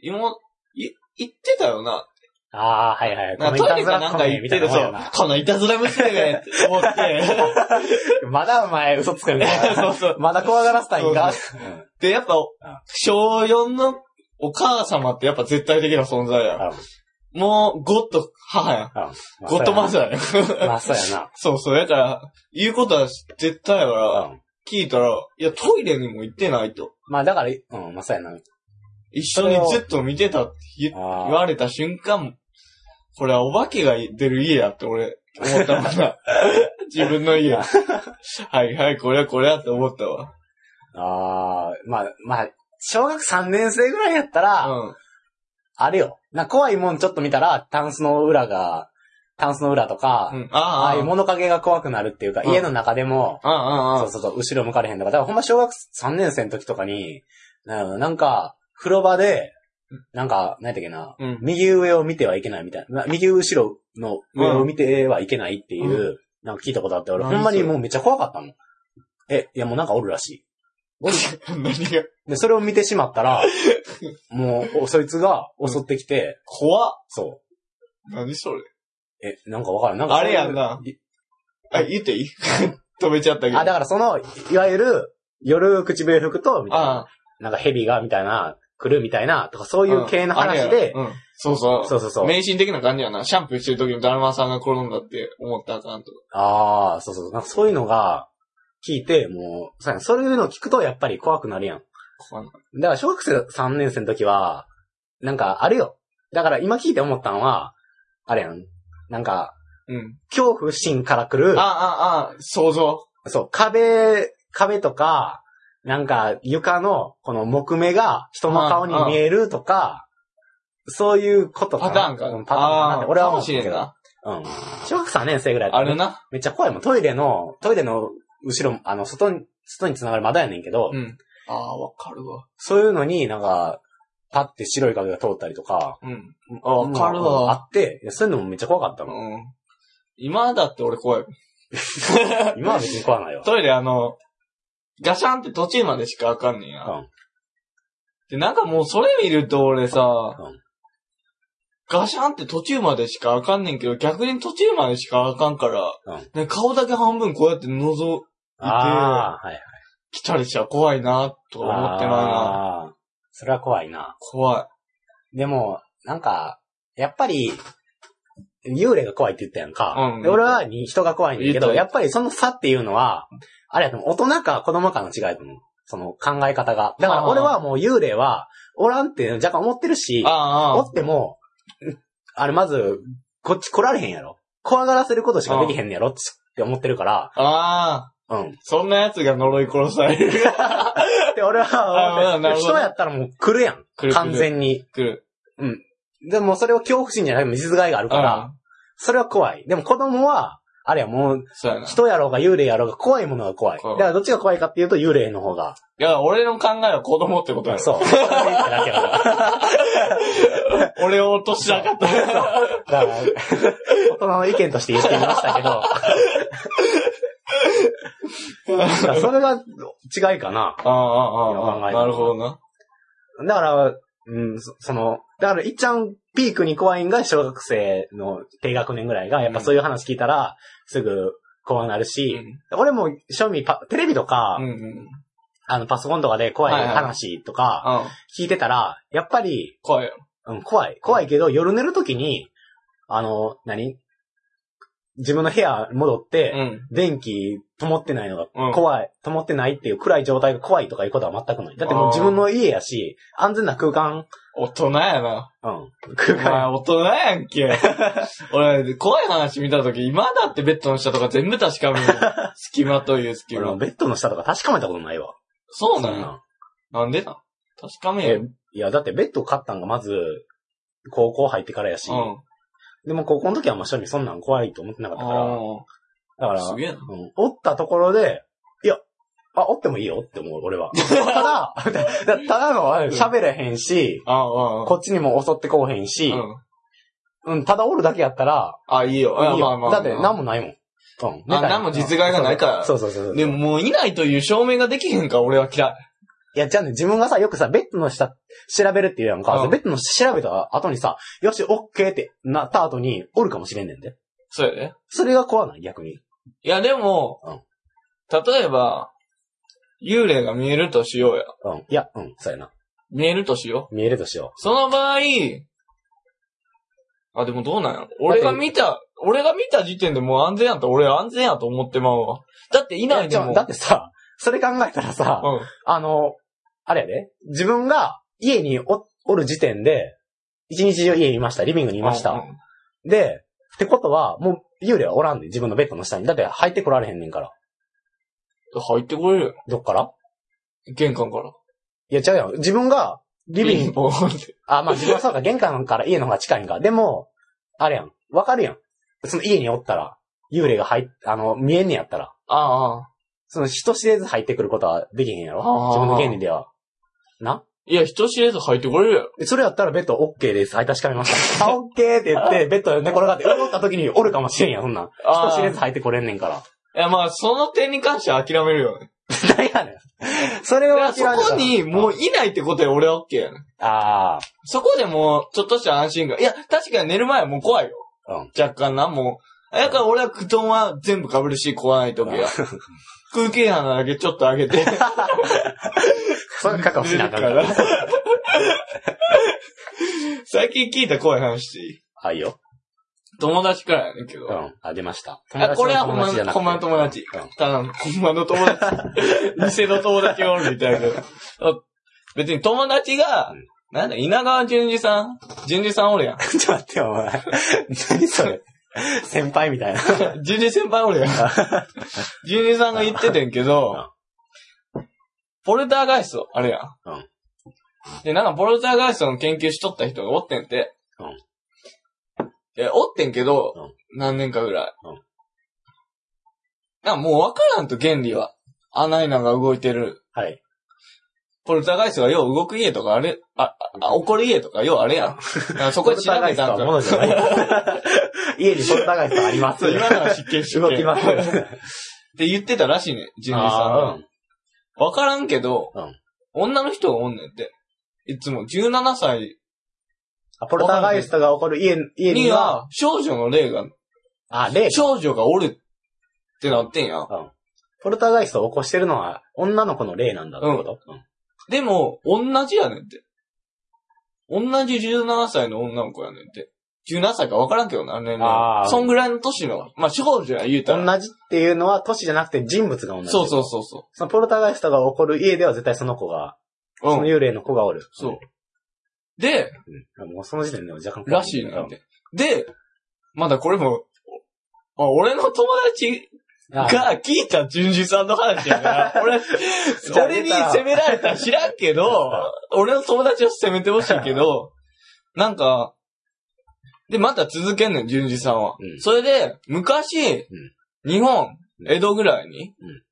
S1: 妹、い、言ってたよな。
S2: あーはいはい。
S1: なんかトイレかなんか行ってる、
S2: このいたずらっ子めみたいな
S1: そ
S2: も
S1: うこの
S2: んやな。
S1: いたずら娘がやって思っ て。
S2: まだお前嘘つくみたいな。
S1: そうそう。
S2: まだ怖がらせたいんか。
S1: で、やっぱ、小4のお母様ってやっぱ絶対的な存在や。もう、ゴッド母や。ゴッドマ
S2: ズ。
S1: ザーや。
S2: まあ、そうやな。
S1: そうそう。だから、言うことは絶対やから、
S2: うん
S1: 聞いたら、いや、トイレにも行ってないと。
S2: まあ、だから、うん、まあ、そうやな。
S1: 一緒にずっと見てたって言って
S2: あ
S1: 言
S2: ー
S1: われた瞬間、これはお化けが出る家やって俺、思ったもん な。自分の家。はいはい、これはこれやって思ったわ。
S2: あーまあ、まあ、小学3年生ぐらいやったら、
S1: うん。
S2: あれよ。な、怖いもんちょっと見たら、タンスの裏が、タンスの裏とか、
S1: うん、
S2: あ
S1: あ
S2: あいう
S1: ー
S2: 物陰が怖くなるっていうか、
S1: うん
S2: 家の中でも、
S1: あー、ああ、あ
S2: そう
S1: あ、
S2: そうそう、後ろ向かれへんとか、だからほんま小学3年生の時とかに、なんやろななんか、風呂場で、なんか、何やったっけな、
S1: うん。
S2: 右上を見てはいけないみたいな、右後ろの上を見てはいけないっていう、
S1: う
S2: なんか聞いたことあって、俺
S1: 何
S2: ほんまに
S1: それ
S2: もうめっちゃ怖かったもん。え、いやもうなんかおるらしい。
S1: 何が、
S2: で、それを見てしまった ら、もう、おそいつが襲ってきて、
S1: 怖っ
S2: そ
S1: 何それ。
S2: う。え、なんかわからん。なんか
S1: あれやんな。あ、言っていい 止めちゃったけど。
S2: あ、だからその、いわゆる、夜口笛吹くと、みたいな。
S1: あ
S2: なんか蛇が、みたいな、来るみたいな、とかそ
S1: ー、
S2: うい
S1: そう
S2: 系の話で、
S1: うん。そうそう。
S2: そうそうそう。
S1: 迷信的な感じやな。シャンプーしてる時にだるまさんが転んだって思ったらあかんとか。
S2: ああ、そうそう。なんかそういうのが、聞いて、もう、そうやなそういうのを聞くとやっぱり怖くなるやん。
S1: 怖いな
S2: だから小学生3年生の時は、なんかあるよ。だから今聞いて思ったのは、あれやん。なんか、
S1: うん。
S2: 恐怖心から来る
S1: あ、あ、ああ、想像。
S2: そう、壁、壁とか、なんか床のこの木目が人の顔に見えるとか、そういうことかな
S1: パターンか。
S2: うんパターンかなって俺は思う
S1: あーかもし
S2: け
S1: れん
S2: ど。
S1: な。
S2: うん。小学3年生ぐらいだ
S1: あ
S2: った
S1: るな。
S2: めっちゃ怖いもん。トイレの、トイレの後ろ、あの、外に、外に繋がる窓やねんけど、
S1: うん。ああ、わかるわ。
S2: そういうのになんか、パッて白い影が通ったりとか、
S1: うん。あわかるわ
S2: うんあって、いやそういうのもめっちゃ怖かった
S1: う
S2: の。
S1: ん。今だって俺怖い。
S2: 今は別に怖な いわ。
S1: トイレあの、ガシャンって途中までしかあかんねんや。
S2: うん
S1: で、なんかもうそれ見ると俺さ、
S2: うん
S1: ガシャンって途中までしかあかんねんけど、逆に途中までしかあかんから、
S2: うん
S1: ね顔だけ半分こうやって覗
S2: ああ、はい。
S1: きたりしたら怖いな、とか思ってまうな。
S2: あーそれは怖いな。
S1: 怖い。
S2: でも、なんか、やっぱり、幽霊が怖いって言ったやんか。
S1: うん
S2: で俺はに人が怖いんだけ
S1: 言っ
S2: ど、
S1: た
S2: やっぱりその差っていうのは、あれやと思う。大人か子供かの違いだと思う。その考え方が。だから俺はもう幽霊は、おらんって若干思ってるし、
S1: あ
S2: お
S1: あ
S2: っても、あれまず、こっち来られへんやろ。怖がらせることしかできへんやろって思ってるから、
S1: ああ、ああ、
S2: うん。
S1: そんな奴が呪い殺される。
S2: で、俺は
S1: あーな
S2: 思っ
S1: る
S2: て、
S1: ほど
S2: 人やったらもう来るやん。
S1: 来る
S2: 完全に。
S1: 来る。
S2: でもそれを恐怖心じゃなくて、実害があるから、それは怖い。でも子供は、あれや、もう、
S1: そうやな。い
S2: 人やろうが幽霊やろうが怖いものが怖い。
S1: 怖い
S2: だからどっちが怖いかっていうと幽霊の方が。
S1: や、俺の考えは子供ってことやろ。
S2: そう。だか
S1: 俺を落としなかった。
S2: ら、大人の意見として言ってみました けど。だからそれが違いかな。
S1: ああ、ああ、ああ、
S2: いや
S1: なるほどな。
S2: だから、うん、そその、だから、いっちゃんピークに怖いんが小学生の低学年ぐらいが、やっぱそういう話聞いたら、すぐ怖なる
S1: う
S2: し、
S1: ん
S2: 俺も庶民パ、テレビとか、
S1: うんうん。
S2: あの、パソコンとかで怖
S1: はい
S2: い
S1: はい
S2: 話とか
S1: あ
S2: 聞いてたら、やっぱり、
S1: 怖いよ。
S2: うん、怖い。怖いけど、夜寝るときに、あの、何自分の部屋戻っ
S1: う
S2: て、
S1: ん。
S2: 電気灯ってないのが
S1: うん。
S2: 怖い、灯ってないっていう暗い状態が怖いとかいうことは全くない。だってもう自分の家やし、安全な空間、
S1: 大人やな。
S2: うん、空
S1: お
S2: 間
S1: 前大人やん け。俺、怖い話見たとき、今だってベッドの下とか全部確かめ る。隙間という隙
S2: 俺も
S1: 間。
S2: ベッドの下とか確かめたことないわ。
S1: そう
S2: そ
S1: なん
S2: ん
S1: や。
S2: な
S1: なんでな確かめ
S2: え
S1: よ。うん。、
S2: いや、だってベッド買ったんがまず、高校入ってからやし、でも高校の時はまあ正味そんなん怖いと思ってなかったか
S1: あ
S2: ら、だ
S1: あ、
S2: か
S1: すげえな。
S2: ら、うん、おったところで、いや、あ、おってもいいよって思う、 俺は。ただ、だただの喋れへんし、
S1: ああ、ああ。
S2: こっちにも襲ってこうへんし
S1: う、ん。
S2: うん、ただおるだけやったら、
S1: あ、いいよ。
S2: い
S1: あ
S2: い
S1: まあ
S2: よ
S1: まあ。
S2: だって何もないもん。うん。
S1: あ何も実害がないから
S2: そうそうそうそう。
S1: でももういないという証明ができへんから俺は嫌い。
S2: いや、じゃあね、自分がさ、よくさ、ベッドの下、調べるっていうやんか、
S1: うん
S2: ベッドの下調べた後にさ、よし、オッケーってなった後に、おるかもしれんねんで。
S1: そうやで。
S2: それが怖ない、逆に。
S1: いや、でも、例えば、幽霊が見えるとしようや。
S2: うん。いや、うん、そうやな。
S1: 見えるとしよう。
S2: 見えるとしよ。
S1: その場合、あ、でもどうなんやろ俺が見た、俺が見た時点でもう安全やったら俺安全やと思ってまうわ。だっていうないで
S2: や
S1: も。
S2: じゃあだってさ、それ考えたらさ、
S1: うん。
S2: あの、あれやで、自分が家にお、おる時点で、一日中家にいました、リビングにいました。
S1: うんうん
S2: で、ってことは、もう、幽霊はおらんで、自分のベッドの下に。だって入ってこられへんねんから。
S1: 入ってこれる
S2: どっから
S1: よ。玄関から。
S2: いや、違うやん。自分が、リビング
S1: ピンポンって
S2: あ、まあ自分はそうか、玄関から家の方が近いんか。でも、あれやん。わかるやん。その家におったら、幽霊が入っ、あの、見えんねやったら。
S1: ああ。
S2: その人知れず入ってくることはできへんやろ
S1: あー
S2: 自分の原理では。
S1: いや、人知れず入ってこれるよ。
S2: でそれやったらベッドオッケーです。はい、確かめました。 あ、オッケーって言って、ベッドで寝転がって、動った時におるかもしれんやん、そんなん。
S1: あ
S2: 人知
S1: ー
S2: れず入ってこれんねんから。
S1: いや、まあ、その点に関しては諦めるよね。
S2: 何やねん。それ
S1: だ
S2: を
S1: からそ
S2: 諦めた
S1: こに、もう、いないってことは俺は OK やね。
S2: あ
S1: そこでもう、ちょっとした安心感。いや、確かに寝る前はもう怖いよ。
S2: うん
S1: 若干な、もう。だから俺は布団は全部被るし、怖い時は。空気鼻だけちょっと上げて。
S2: あ。 それかかもしれない
S1: 寝る から。最近聞いた怖い話していい
S2: はいよ。
S1: 友達からやねんけど。
S2: うん。あ、出ました。
S1: あ、これはほんま
S2: 友達じゃ
S1: の、ほ
S2: なくて
S1: んまの友達
S2: うん。
S1: ただの、ほんまの友達。偽の友達がおるみたい な。あ別に友達が
S2: うん、
S1: なんだ、稲川淳二さん淳二さんおるやん。
S2: ちょっと待ってよ、お 前。何それ。先輩みたいな。
S1: 淳二先輩おる やん。淳二さんが言っててんけど、ポルターガイスト、あれやん。
S2: うん
S1: で、なんかポルターガイストの研究しとった人がおってんて。
S2: うん
S1: え、おってんけど、何年かぐらい。
S2: うん
S1: なんかもうわからんと、原理は。あないなが動いてる。
S2: はい。
S1: ポルターガイストがよう動く家とかあれ、あ、あ、怒る家とかようあれやん。だからそこで調べたんか。
S2: ポルターガイストはものじゃない。家にポルターガイストあります。
S1: そう、今のは失敬失敬。
S2: 動きま す。
S1: って言ってたらしいね、ジュニーさん
S2: あ
S1: が
S2: ーうん。
S1: わからんけど、
S2: うん
S1: 女の人がおんねんって。いつも17歳
S2: あポルターガイストが起こる家、家
S1: に
S2: には、
S1: は少女の霊が、
S2: あ、例、
S1: 少女がおるってなってんや。
S2: ポルターガイストを起こしてるのは女の子の例なんだってこと、うん
S1: でも、同じやねんって。同じ17歳の女の子やねんって。17歳かわからんけどな、年
S2: あ
S1: 齢。
S2: ー
S1: そんぐらいの歳の、まあ、少女や言うたら。
S2: 同じっていうのは都市じゃなくて人物が同じ。
S1: そうそうそうそ
S2: そのポルターガイストが起こる家では絶対その子が、
S1: う。
S2: その
S1: うん。
S2: 幽霊の子がおる。
S1: そう。で、
S2: うん。もうその時点でも若干怖
S1: らしいなん
S2: うん
S1: て。で、まだこれも、おあ俺の友達
S2: あ
S1: が聞いた淳二さんの話やから、 俺、
S2: じゃあ
S1: 俺に責められたら知らん けど、俺の友達を責めてほしいけど、なんか、で、また続けんねん、淳二さんは。
S2: うん
S1: それで、昔、日本、
S2: うん
S1: 江戸ぐらいに、
S2: うん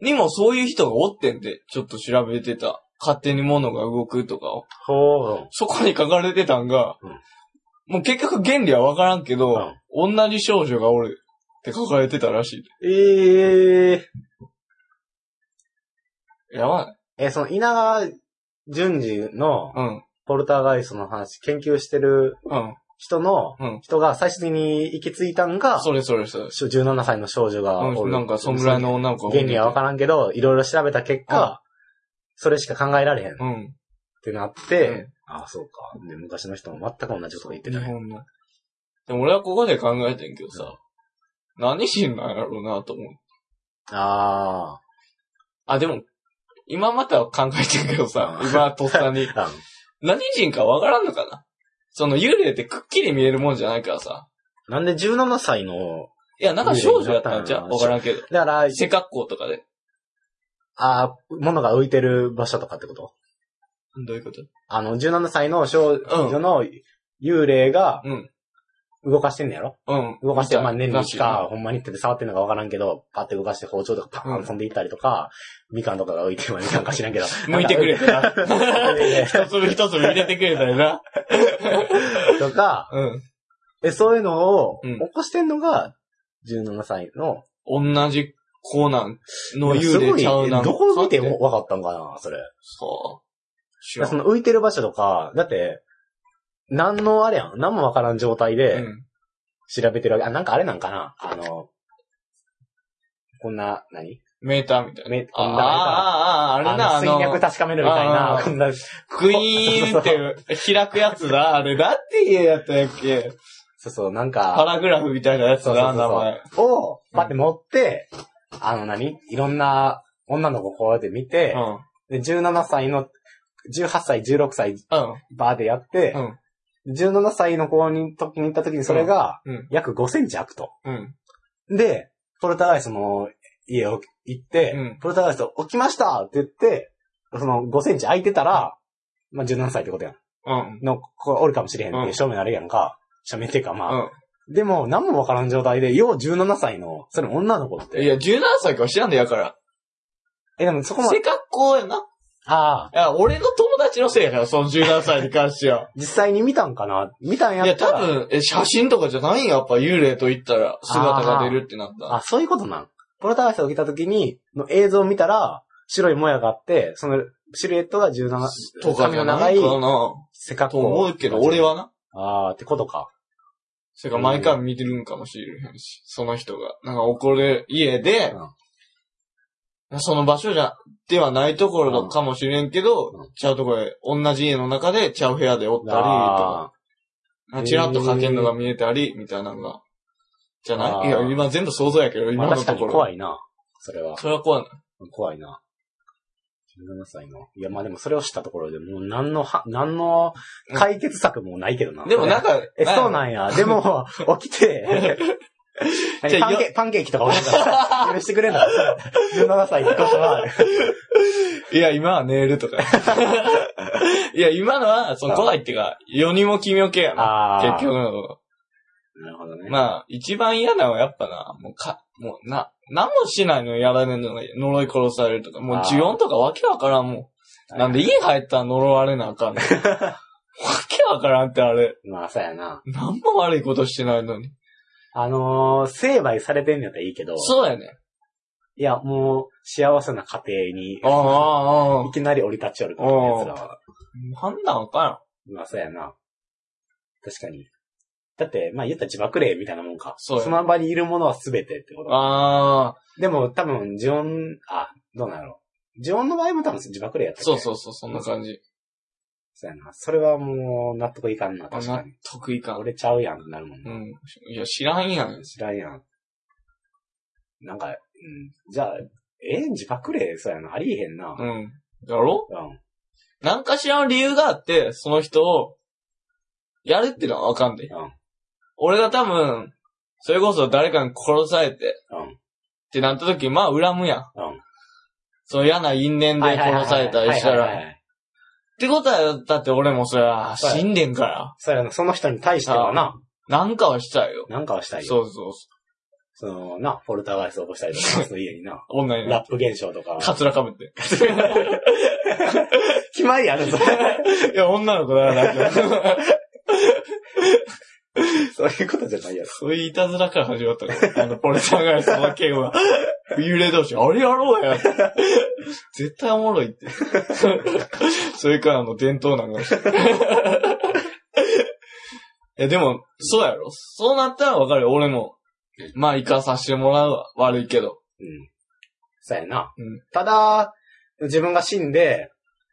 S1: にもそういう人がおってんで、ちょっと調べてた。勝手に物が動くとかを。
S2: ほ
S1: そこに書かれてたんが、
S2: うん
S1: もう結局原理はわからんけど、同じ少女がおるって書かれてたらし
S2: う。ええ
S1: い。やばい。
S2: え、その稲川淳二の
S1: うん。
S2: ポルターガイストの話、研究してる
S1: うん。
S2: 人の
S1: うん、
S2: 人が最終的に行き着いたんが、
S1: それそれそれ。
S2: しょ17歳の少女がお
S1: う
S2: る
S1: ん、なんか、そんぐらいの女の子
S2: 原理はわからんけど、いろいろ調べた結果、それしか考えられへんっ
S1: らん。うん。
S2: てなっ
S1: う
S2: て
S1: ん、
S2: ああ、そうか。で、昔の人も全く同じこと言って
S1: 日
S2: たね。
S1: 本の。でも俺はここで考えてんけどさ、何しんなんやろうなと思う。
S2: あ
S1: あ、でも、今また考えてんけど さ、
S2: うん
S1: 今とっさに。
S2: あ。あ
S1: 何人かわからんのかなその幽霊ってくっきり見えるもんじゃないからさ。
S2: なんで17歳の、
S1: いや、なんか少女やったんじゃう
S2: 幽霊になったんやな
S1: わからんけど。
S2: だから、
S1: 背格好とかで。
S2: ああ、物が浮いてる場所とかってこと
S1: どういうこと
S2: あの、17歳の少女の幽霊が
S1: うん。
S2: 動かしてんのやろ
S1: うん。
S2: 動かして、まあ年に
S1: ら
S2: し
S1: い
S2: か
S1: な、
S2: ほんまに手で触ってんのかわからんけど、パッて動かして包丁とかパーン飛んでいったりとか、みかんとかが浮いてるみかんか知らんけど
S1: 。剥いて くれてな。
S2: いやいや
S1: 一粒一粒入れてくれたよな。
S2: とか、
S1: うん。
S2: え、そういうのを
S1: うん
S2: 起こしてんのが、17歳の、
S1: 同じコーナーの
S2: す
S1: 幽
S2: ご
S1: 霊
S2: い、
S1: ちゃう
S2: え
S1: な
S2: どこ見て
S1: も。
S2: わかったんかな、それ。
S1: そう。知らん
S2: その浮いてる場所とか、だって、何のあれやん、何もわからん状態で
S1: うん
S2: 調べてるわけ。あ、なんかあれなんかなあの、こんな、何
S1: メーターみたいな。
S2: め、こんな、
S1: ああ、ああ、あれな、あ
S2: の水
S1: の
S2: 脈、確かめるみたいな
S1: あ、ー
S2: こんな、
S1: クイーンって開くやつだ。あれ、なんて家やったやっけ
S2: そうそう、なんか、
S1: パラグラフみたいなやつ
S2: そうそう
S1: だ、
S2: そう
S1: 名前。
S2: を、パって持って、あの何、いろんな女の子こうやって見て
S1: う、ん。
S2: で、17歳の、18歳、16歳、
S1: うん。
S2: バーでやって、
S1: うん
S2: 17歳の子に、時に行った時にそれが
S1: うんうん、
S2: 約5センチ開くと。
S1: うん。
S2: で、ポルターガイストの家を行って、
S1: うん
S2: ポルターガイスト起きましたって言って、その5センチ開いてたら、まあ、17歳ってことやん。
S1: うん。
S2: の子がおるかもしれへんって
S1: う
S2: い
S1: ん
S2: う正面あれやんか。正面っていうかまあ、
S1: うん
S2: でも、何もわからん状態で、よう17歳の、それ女の子って。
S1: いや、17歳かは知らんでやから。
S2: え、でもそこまで、
S1: 背格好やな。
S2: ああ、
S1: いや、俺の友達のせいやから、その17歳に関しては。
S2: 実際に見たんかな見たん や
S1: いや、
S2: った
S1: 多
S2: ら。
S1: 分、え写真とかじゃないんややっぱ幽霊と言ったら、姿が出るってなった。
S2: あ、そういうことなん。ポルターガイストが起きた時に、の映像を見たら、白いもやがあって、その、シルエットが17、
S1: とか
S2: 髪
S1: じゃな
S2: の長
S1: い
S2: い
S1: かな。と
S2: 背格好。
S1: 思うけど、俺。はな。
S2: ああ、ってことか。
S1: それか毎回見てるんかもしれへんし、その人が。なんか怒る家で、その場所じゃ、ではないところだかもしれんけど、
S2: うん
S1: ちゃうとこで、同じ家の中でちゃう部屋でおったり、とか、
S2: あー
S1: チラッとかけるのが見えたり、みたいなのが、じゃないい
S2: あ
S1: や、
S2: ー
S1: 今全部想像やけど、
S2: ー
S1: 今
S2: まあ
S1: の
S2: 確か
S1: と
S2: に
S1: ころ。
S2: 怖いな。それは。
S1: それは怖いな。
S2: 怖いな。17歳の。いや、まあでもそれを知ったところで、もう何のは、何の解決策もないけどな。
S1: でもなんか、
S2: え、そう
S1: な
S2: なんや。でも、起きて、
S1: じ
S2: 何
S1: ゃあ
S2: パン
S1: よ
S2: ケパンケーキとか俺から許してくれんの ?17 歳ってこと は、
S1: いや、今はネイル とか。いや、今のは、その怖いっていうか、世にも奇妙系やな。
S2: あー
S1: 結局のところ。
S2: なるほどね。
S1: まあ、一番嫌なのはやっぱな、もうか、もうな、何もしないのやられるのが呪い殺されるとか、もう
S2: あー
S1: 呪音とかわけわからんもん。なんで家入ったら呪われなあ かんねん。わけわからんってあれ。
S2: まあ、そうやな。
S1: 何も悪いことしてないのに。
S2: あのー、成敗されてんのやったらいいけど、
S1: そうやねん。
S2: いや、もう、幸せな家庭に、
S1: ああ、ああ、あ
S2: いきなり降り立ちよるからね、奴らは。
S1: あ。なんなんわからん。
S2: まあ、そうやな。確かに。だって、まあ言ったら自爆霊みたいなもんか。
S1: そうや
S2: その場にいるものは全てってこと。
S1: ああ、
S2: でも多分、ジオン、あ、どうなんやろう。ジオンの場合も多分自爆霊やったっけ
S1: そうそうそう、そんな感じ。
S2: そうやな。それはもう、納得いかんな、
S1: あ
S2: 確
S1: 納
S2: かに。
S1: 得いかん。
S2: 俺ちゃうやんってなるもん
S1: う
S2: な。
S1: ん。いや、知らんやん。
S2: 知らんやん。なんか、うん。じゃあ、えー、自爆霊、そうやな。ありえへんな。うん。
S1: うん。やろなんかしらの理由があって、その人を、やるってのはわかんない。
S2: うん
S1: 俺が多分、それこそ誰かに殺されて、
S2: う
S1: っ
S2: ん
S1: てなった時、まあ恨むやん。
S2: うん
S1: その嫌な因縁で殺されたりした
S2: はいはいはいは
S1: ら、
S2: いはいはい
S1: てことは、だって俺もそりゃ、
S2: そうや
S1: 死んでんから。
S2: そうやな、その人に対してはな、
S1: なんかはしたいよ。
S2: なんかはしたいよ。
S1: そうそうそ
S2: その、な、フォルターガイス起こしたりと か、その家にな、
S1: う。女にな
S2: ラップ現象とか。
S1: カツラかぶって。
S2: 決まりやる ぞ。
S1: いや、女の子だから大丈夫
S2: そういうことじゃないやろ。
S1: そういういたずらから始まったから。あの、ポルターガイストの件は。 幽霊同士、あれやろうや。絶対おもろいって。 それからの伝統なんかもしれない。 え、でも、そうやろそうなったらわかるよ、俺も。まあ、行かさせてもらうわ。悪いけど。
S2: うん。そうやな。
S1: うん
S2: ただ、自分が死んで、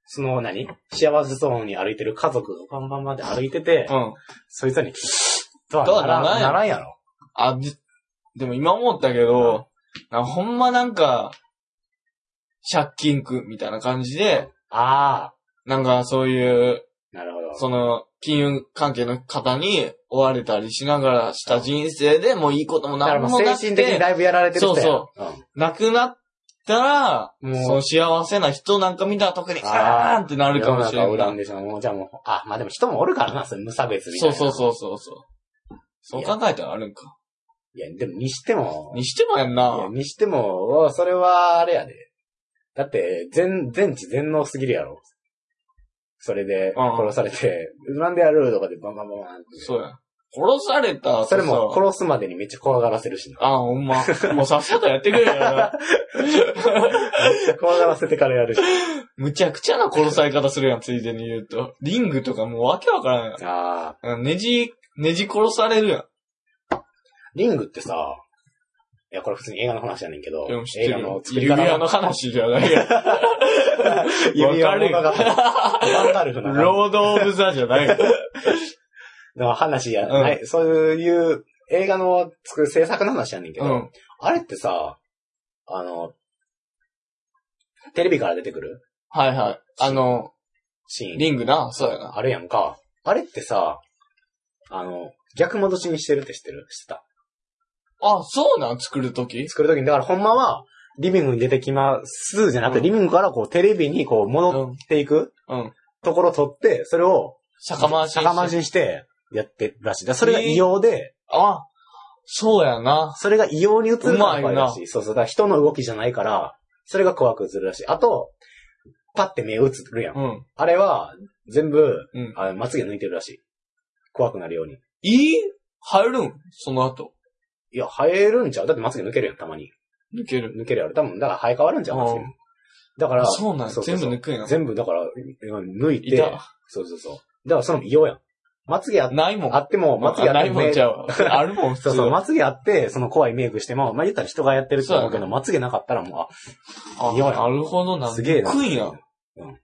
S2: その何、幸せそうに歩いてる家族がバンバンバンで歩いてて、
S1: うん。
S2: そいつに、と
S1: とは
S2: はな
S1: な
S2: ら
S1: らんやろ
S2: ならんやろ。
S1: あ、じでも今思ったけど、なほんまなんか、借金区みたいな感じで、
S2: ああ、
S1: なんかそういう、
S2: なるほど。
S1: その、金融関係の方に追われたりしながらした人生でもういいことも
S2: だか
S1: な
S2: ら
S1: ん
S2: も
S1: も
S2: う
S1: な
S2: 精
S1: く
S2: 神的に
S1: て、
S2: だいぶやられてる人や
S1: そう
S2: そう。うん
S1: なくなったら、
S2: もう
S1: その幸せな人なんか見たら特に、
S2: あー
S1: あーんってなるかもしれ
S2: 世の中
S1: な
S2: 恨ん
S1: い。
S2: でしまう。もうじゃあもう、あ、まあでも人もおるからな、それ無差別みたい
S1: そう
S2: な。
S1: そう
S2: う。
S1: そうそうそう。そう考えたらあるんか。
S2: いや、でもにしても、
S1: にしてもやん
S2: いや
S1: な。
S2: にしても、それはあれやで。だって、全、全知全能すぎるやろ。それで、
S1: うん
S2: 殺されて、なんでやるとかでバンバンバンバンって
S1: そうや。殺された後さ。
S2: それも殺すまでにめっちゃ怖がらせるしな。
S1: あ、ほんま。もうさっさとやってくれよ な。
S2: めっちゃ怖がらせてから やるし。
S1: むちゃくちゃな殺され方するやん、ついでに言うと。リングとかもうわけわからん
S2: ああ、
S1: やん。ねじ、ねじ殺されるやん。
S2: リングってさ、いや、これ普通に映画の話やねんけど
S1: でも、知っ
S2: 映
S1: て
S2: 画
S1: るよ
S2: の。作り
S1: 指
S2: 方
S1: 輪の話じゃない やん。
S2: 指輪の
S1: わ
S2: 物語。ワンダルフな。
S1: ロード・オブ・ザじゃないやん。
S2: の話や、
S1: うん
S2: ない、そういう映画の作る制作の話やねんけど、
S1: うん。
S2: あれってさ、あの、テレビから出てくる
S1: はいはい。あの、
S2: シーン。
S1: リングな、そうやな。
S2: あれやんか。あれってさ、あの、逆戻しにしてるって知ってる知ってた。
S1: あ、そうなん作るとき
S2: 作るときに、だからほんまは、リビングに出てきますじゃなくて、
S1: うん
S2: リビングからこうテレビにこう
S1: う
S2: 戻
S1: ん。
S2: っていく
S1: うん。
S2: ところを取って、それを
S1: 坂回し。
S2: 逆回しにしてやってるらしい。だからそれが異様で、
S1: あ、そうやな。
S2: それが異様に映るのが
S1: うま
S2: 怖
S1: い
S2: い
S1: な
S2: らしい。そうそう。だから人の動きじゃないから、それが怖く映るらしい。あと、パッて目映るやん。
S1: うん。
S2: あれは、全部、
S1: うん
S2: あまつげ抜いてるらしい。怖くなるように。
S1: いい入るんその後。
S2: いや、生えるんちゃうだってまつげ抜けるやん、たまに。
S1: 抜ける。
S2: 抜けるやろ。多分、だから生え変わるんちゃうまつげ
S1: う
S2: もだから、
S1: そうなんや
S2: そうそ
S1: 全
S2: うそ
S1: 部
S2: う
S1: 抜くんや。
S2: 全部、だから、抜い
S1: い
S2: て、
S1: た。
S2: そうそうそう。だから、その異様やん。まつげあ
S1: ないもん。
S2: あっても、まつげあ
S1: あ
S2: っ
S1: な
S2: て
S1: い
S2: も
S1: もん
S2: 目
S1: ちゃう わ。あるもん、普通
S2: そう
S1: は。
S2: そう、まつげあって、その怖いメイクしても、まあ言ったら人がやってると思うけ
S1: そうや
S2: ど、まつげなかったらもう、あ
S1: あ、
S2: 嫌や
S1: なるほどな。
S2: すげえな。
S1: 食いや。
S2: うん。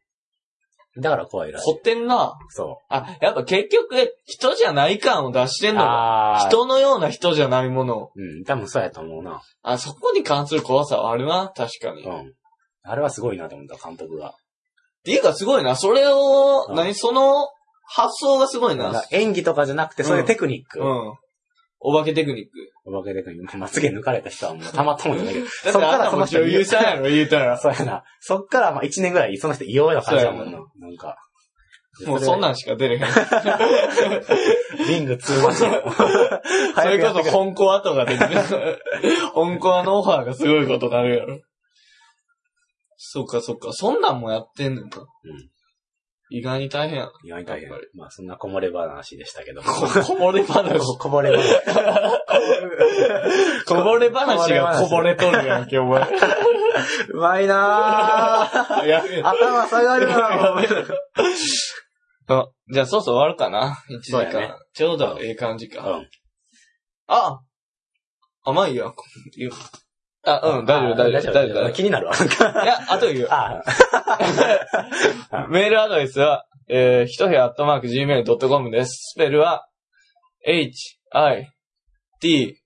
S2: だから怖いらし
S1: 凝
S2: い。
S1: ってんな。
S2: そ
S1: あ、やっぱ結局、人じゃない感を出して
S2: う。
S1: んのか。
S2: あー。
S1: 人のような人じゃないものを。
S2: うん、多分そうやと思うな。
S1: あ、そこに関する怖さはあるな、確かに。
S2: う
S1: っ
S2: ん。あれはすごいなと思った、監督が。
S1: ていうかすごいな、それを、
S2: うん
S1: 何その発想がすごい
S2: だか
S1: な
S2: ら。演技とかじゃなくて、そういうテクニック。
S1: うん。お化けテクニック。
S2: お化けテクニック。まつげ抜かれた人はもうたまったもんじゃないけど。
S1: だっ
S2: そ
S1: て
S2: っか
S1: あん
S2: ら
S1: た
S2: そ
S1: も
S2: の人
S1: 女優さんや ろ、言うたら。
S2: そうやな。そっから、まあ一年ぐらい、その人異様な感じだもん
S1: そう
S2: な。なんか。。
S1: もうそんなんんしか出れへん。
S2: リング通話し よう
S1: そ
S2: 早
S1: れ
S2: くや
S1: こ
S2: って
S1: そ、
S2: くれ
S1: 本コアとかで、 本コアのオファーがすごいことになるやろ。そっかそっか、そんなんもやってんのか。
S2: うん
S1: 意外に大変やな。
S2: 意外に大変。まあそんなこもれ話でしたけども。
S1: こ こぼれ話。
S2: こぼれ話。
S1: こぼれ話がこぼれとるやんけ、お前。
S2: うまいな ぁ。
S1: やべえ。
S2: 頭下がる
S1: や
S2: な
S1: べえあじゃあ、そうそう終わるかな。1時
S2: そうやね
S1: 間。ちょうどええ感じか。
S2: うん。
S1: あ甘いよ。言うあ、うん、大丈夫、大丈夫、大丈夫。大丈
S2: 気になるわ。なんか
S1: 夫いや、あと言う よ。
S2: あ
S1: メールアドレスは、えー、ひとへアットマーク gmail.com です。スペルは、h, i, t,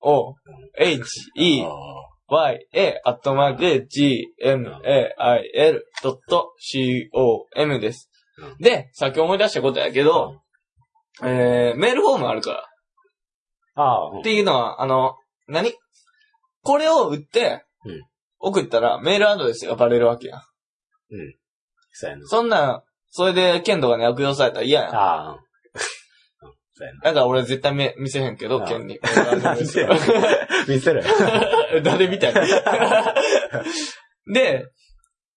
S1: o, h, e,
S2: あ
S1: ya, アットマーク、gmail.com です
S2: うん。
S1: で、さっき思い出したことやけど、えー、メールフォームあるから。
S2: あ
S1: っていうのは、あの、何これを打って
S2: うん、
S1: 送ったらメールアドレスがバレるわけや。
S2: そうやな。
S1: そんなん、それで、剣とかに悪用されたら嫌やん。
S2: ああ。そうや
S1: だから俺絶対目見せへんけど、
S2: あ
S1: 剣に。
S2: な。なんでや 見せる。
S1: 誰みたいな。で、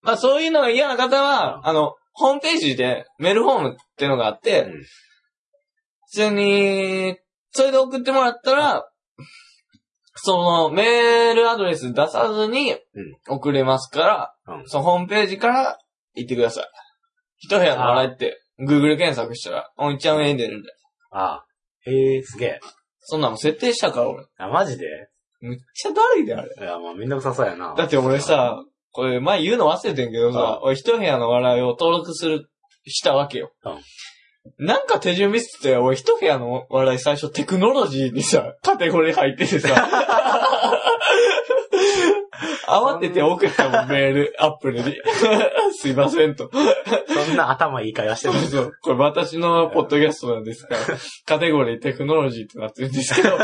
S1: まあそういうのが嫌な方は、あの、ホームページでメールフォームっていうのがあって、
S2: うん
S1: 普通に、それで送ってもらったら、そのメールアドレス出さずに送れますから、
S2: うん
S1: そのホームページから行ってください。一部屋の笑いって、Google 検索したら、おんちゃん上に出るんだよ。
S2: ああ。へえ、すげえ。
S1: そんなもん設定したから俺。
S2: あ、マジで
S1: むっちゃだるいであれ。
S2: いや、まあ、めんどくさそうやな。
S1: だって俺さ、これ前言うの忘れてんけどさ
S2: あ、
S1: 俺一部屋の笑いを登録する、したわけよ
S2: あ。
S1: なんか手順ミスってて、俺一部屋の笑い最初テクノロジーに さ、カテゴリー入ってて さ、慌てて送ったもん、メール、アップルに。 すいませんと。
S2: そんな頭いい会話して
S1: そう
S2: る。
S1: そう。これ私のポッドキャストなんです から、カテゴリーテクノロジーってなってるんです けど、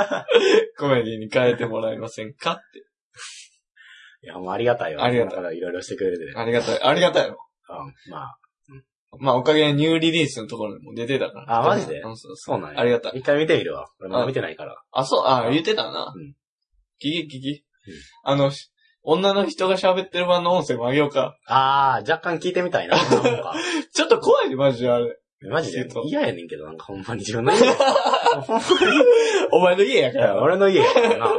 S1: コメディに変えてもらえませんかって。
S2: いや、もうありがたいわ。
S1: ありがたい
S2: い。いろいろしてくれてて。
S1: ありがたい、ありがたいよ。
S2: うん、まあ、
S1: まあ、おかげでニューリリースのところにも出てたから。
S2: あマジで
S1: うんそうそ
S2: そうなん
S1: う
S2: や。
S1: ありがたい。
S2: 一回見てみるわ。俺まだ見てないから。
S1: あ、そう、あ、言ってたな
S2: うん。
S1: 聞き聞き。あの、し女の人が喋ってる版の音声もあげようか。
S2: ああ、若干聞いてみたいな。なん か
S1: ちょっと怖いで、マジであれ。
S2: マジで
S1: そう
S2: 嫌やねんけど、なんかほんまに自 分の家。ほんまに。い
S1: お前の家やから。
S2: や、俺の家やからな。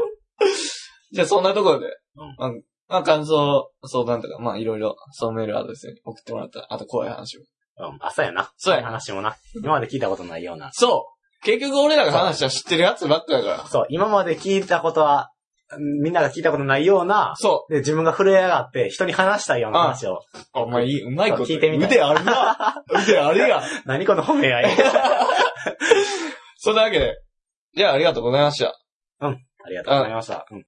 S1: じゃあ、そんなところで。
S2: うん
S1: まあ、まあ、感想、相談とか、まあ、いろいろ、そのメールアドレスに送ってもらったら、あと怖い話を。
S2: うん、朝やな。
S1: そうや
S2: 話もな。今まで聞いたことないような。
S1: そう結局俺らが話したら知ってるやつばっかだから。
S2: そう、今まで聞いたことは、みんなが聞いたことないような、
S1: そ
S2: で、自分が震え上がって、人に話したいような話を。
S1: う。お前いい、うまいこと。
S2: 聞いてみたい
S1: 腕ある な。腕あるやん。
S2: 何この褒め合い。
S1: そんなわけで。じゃあ、ありがとうございました。
S2: ありがとうございました。うん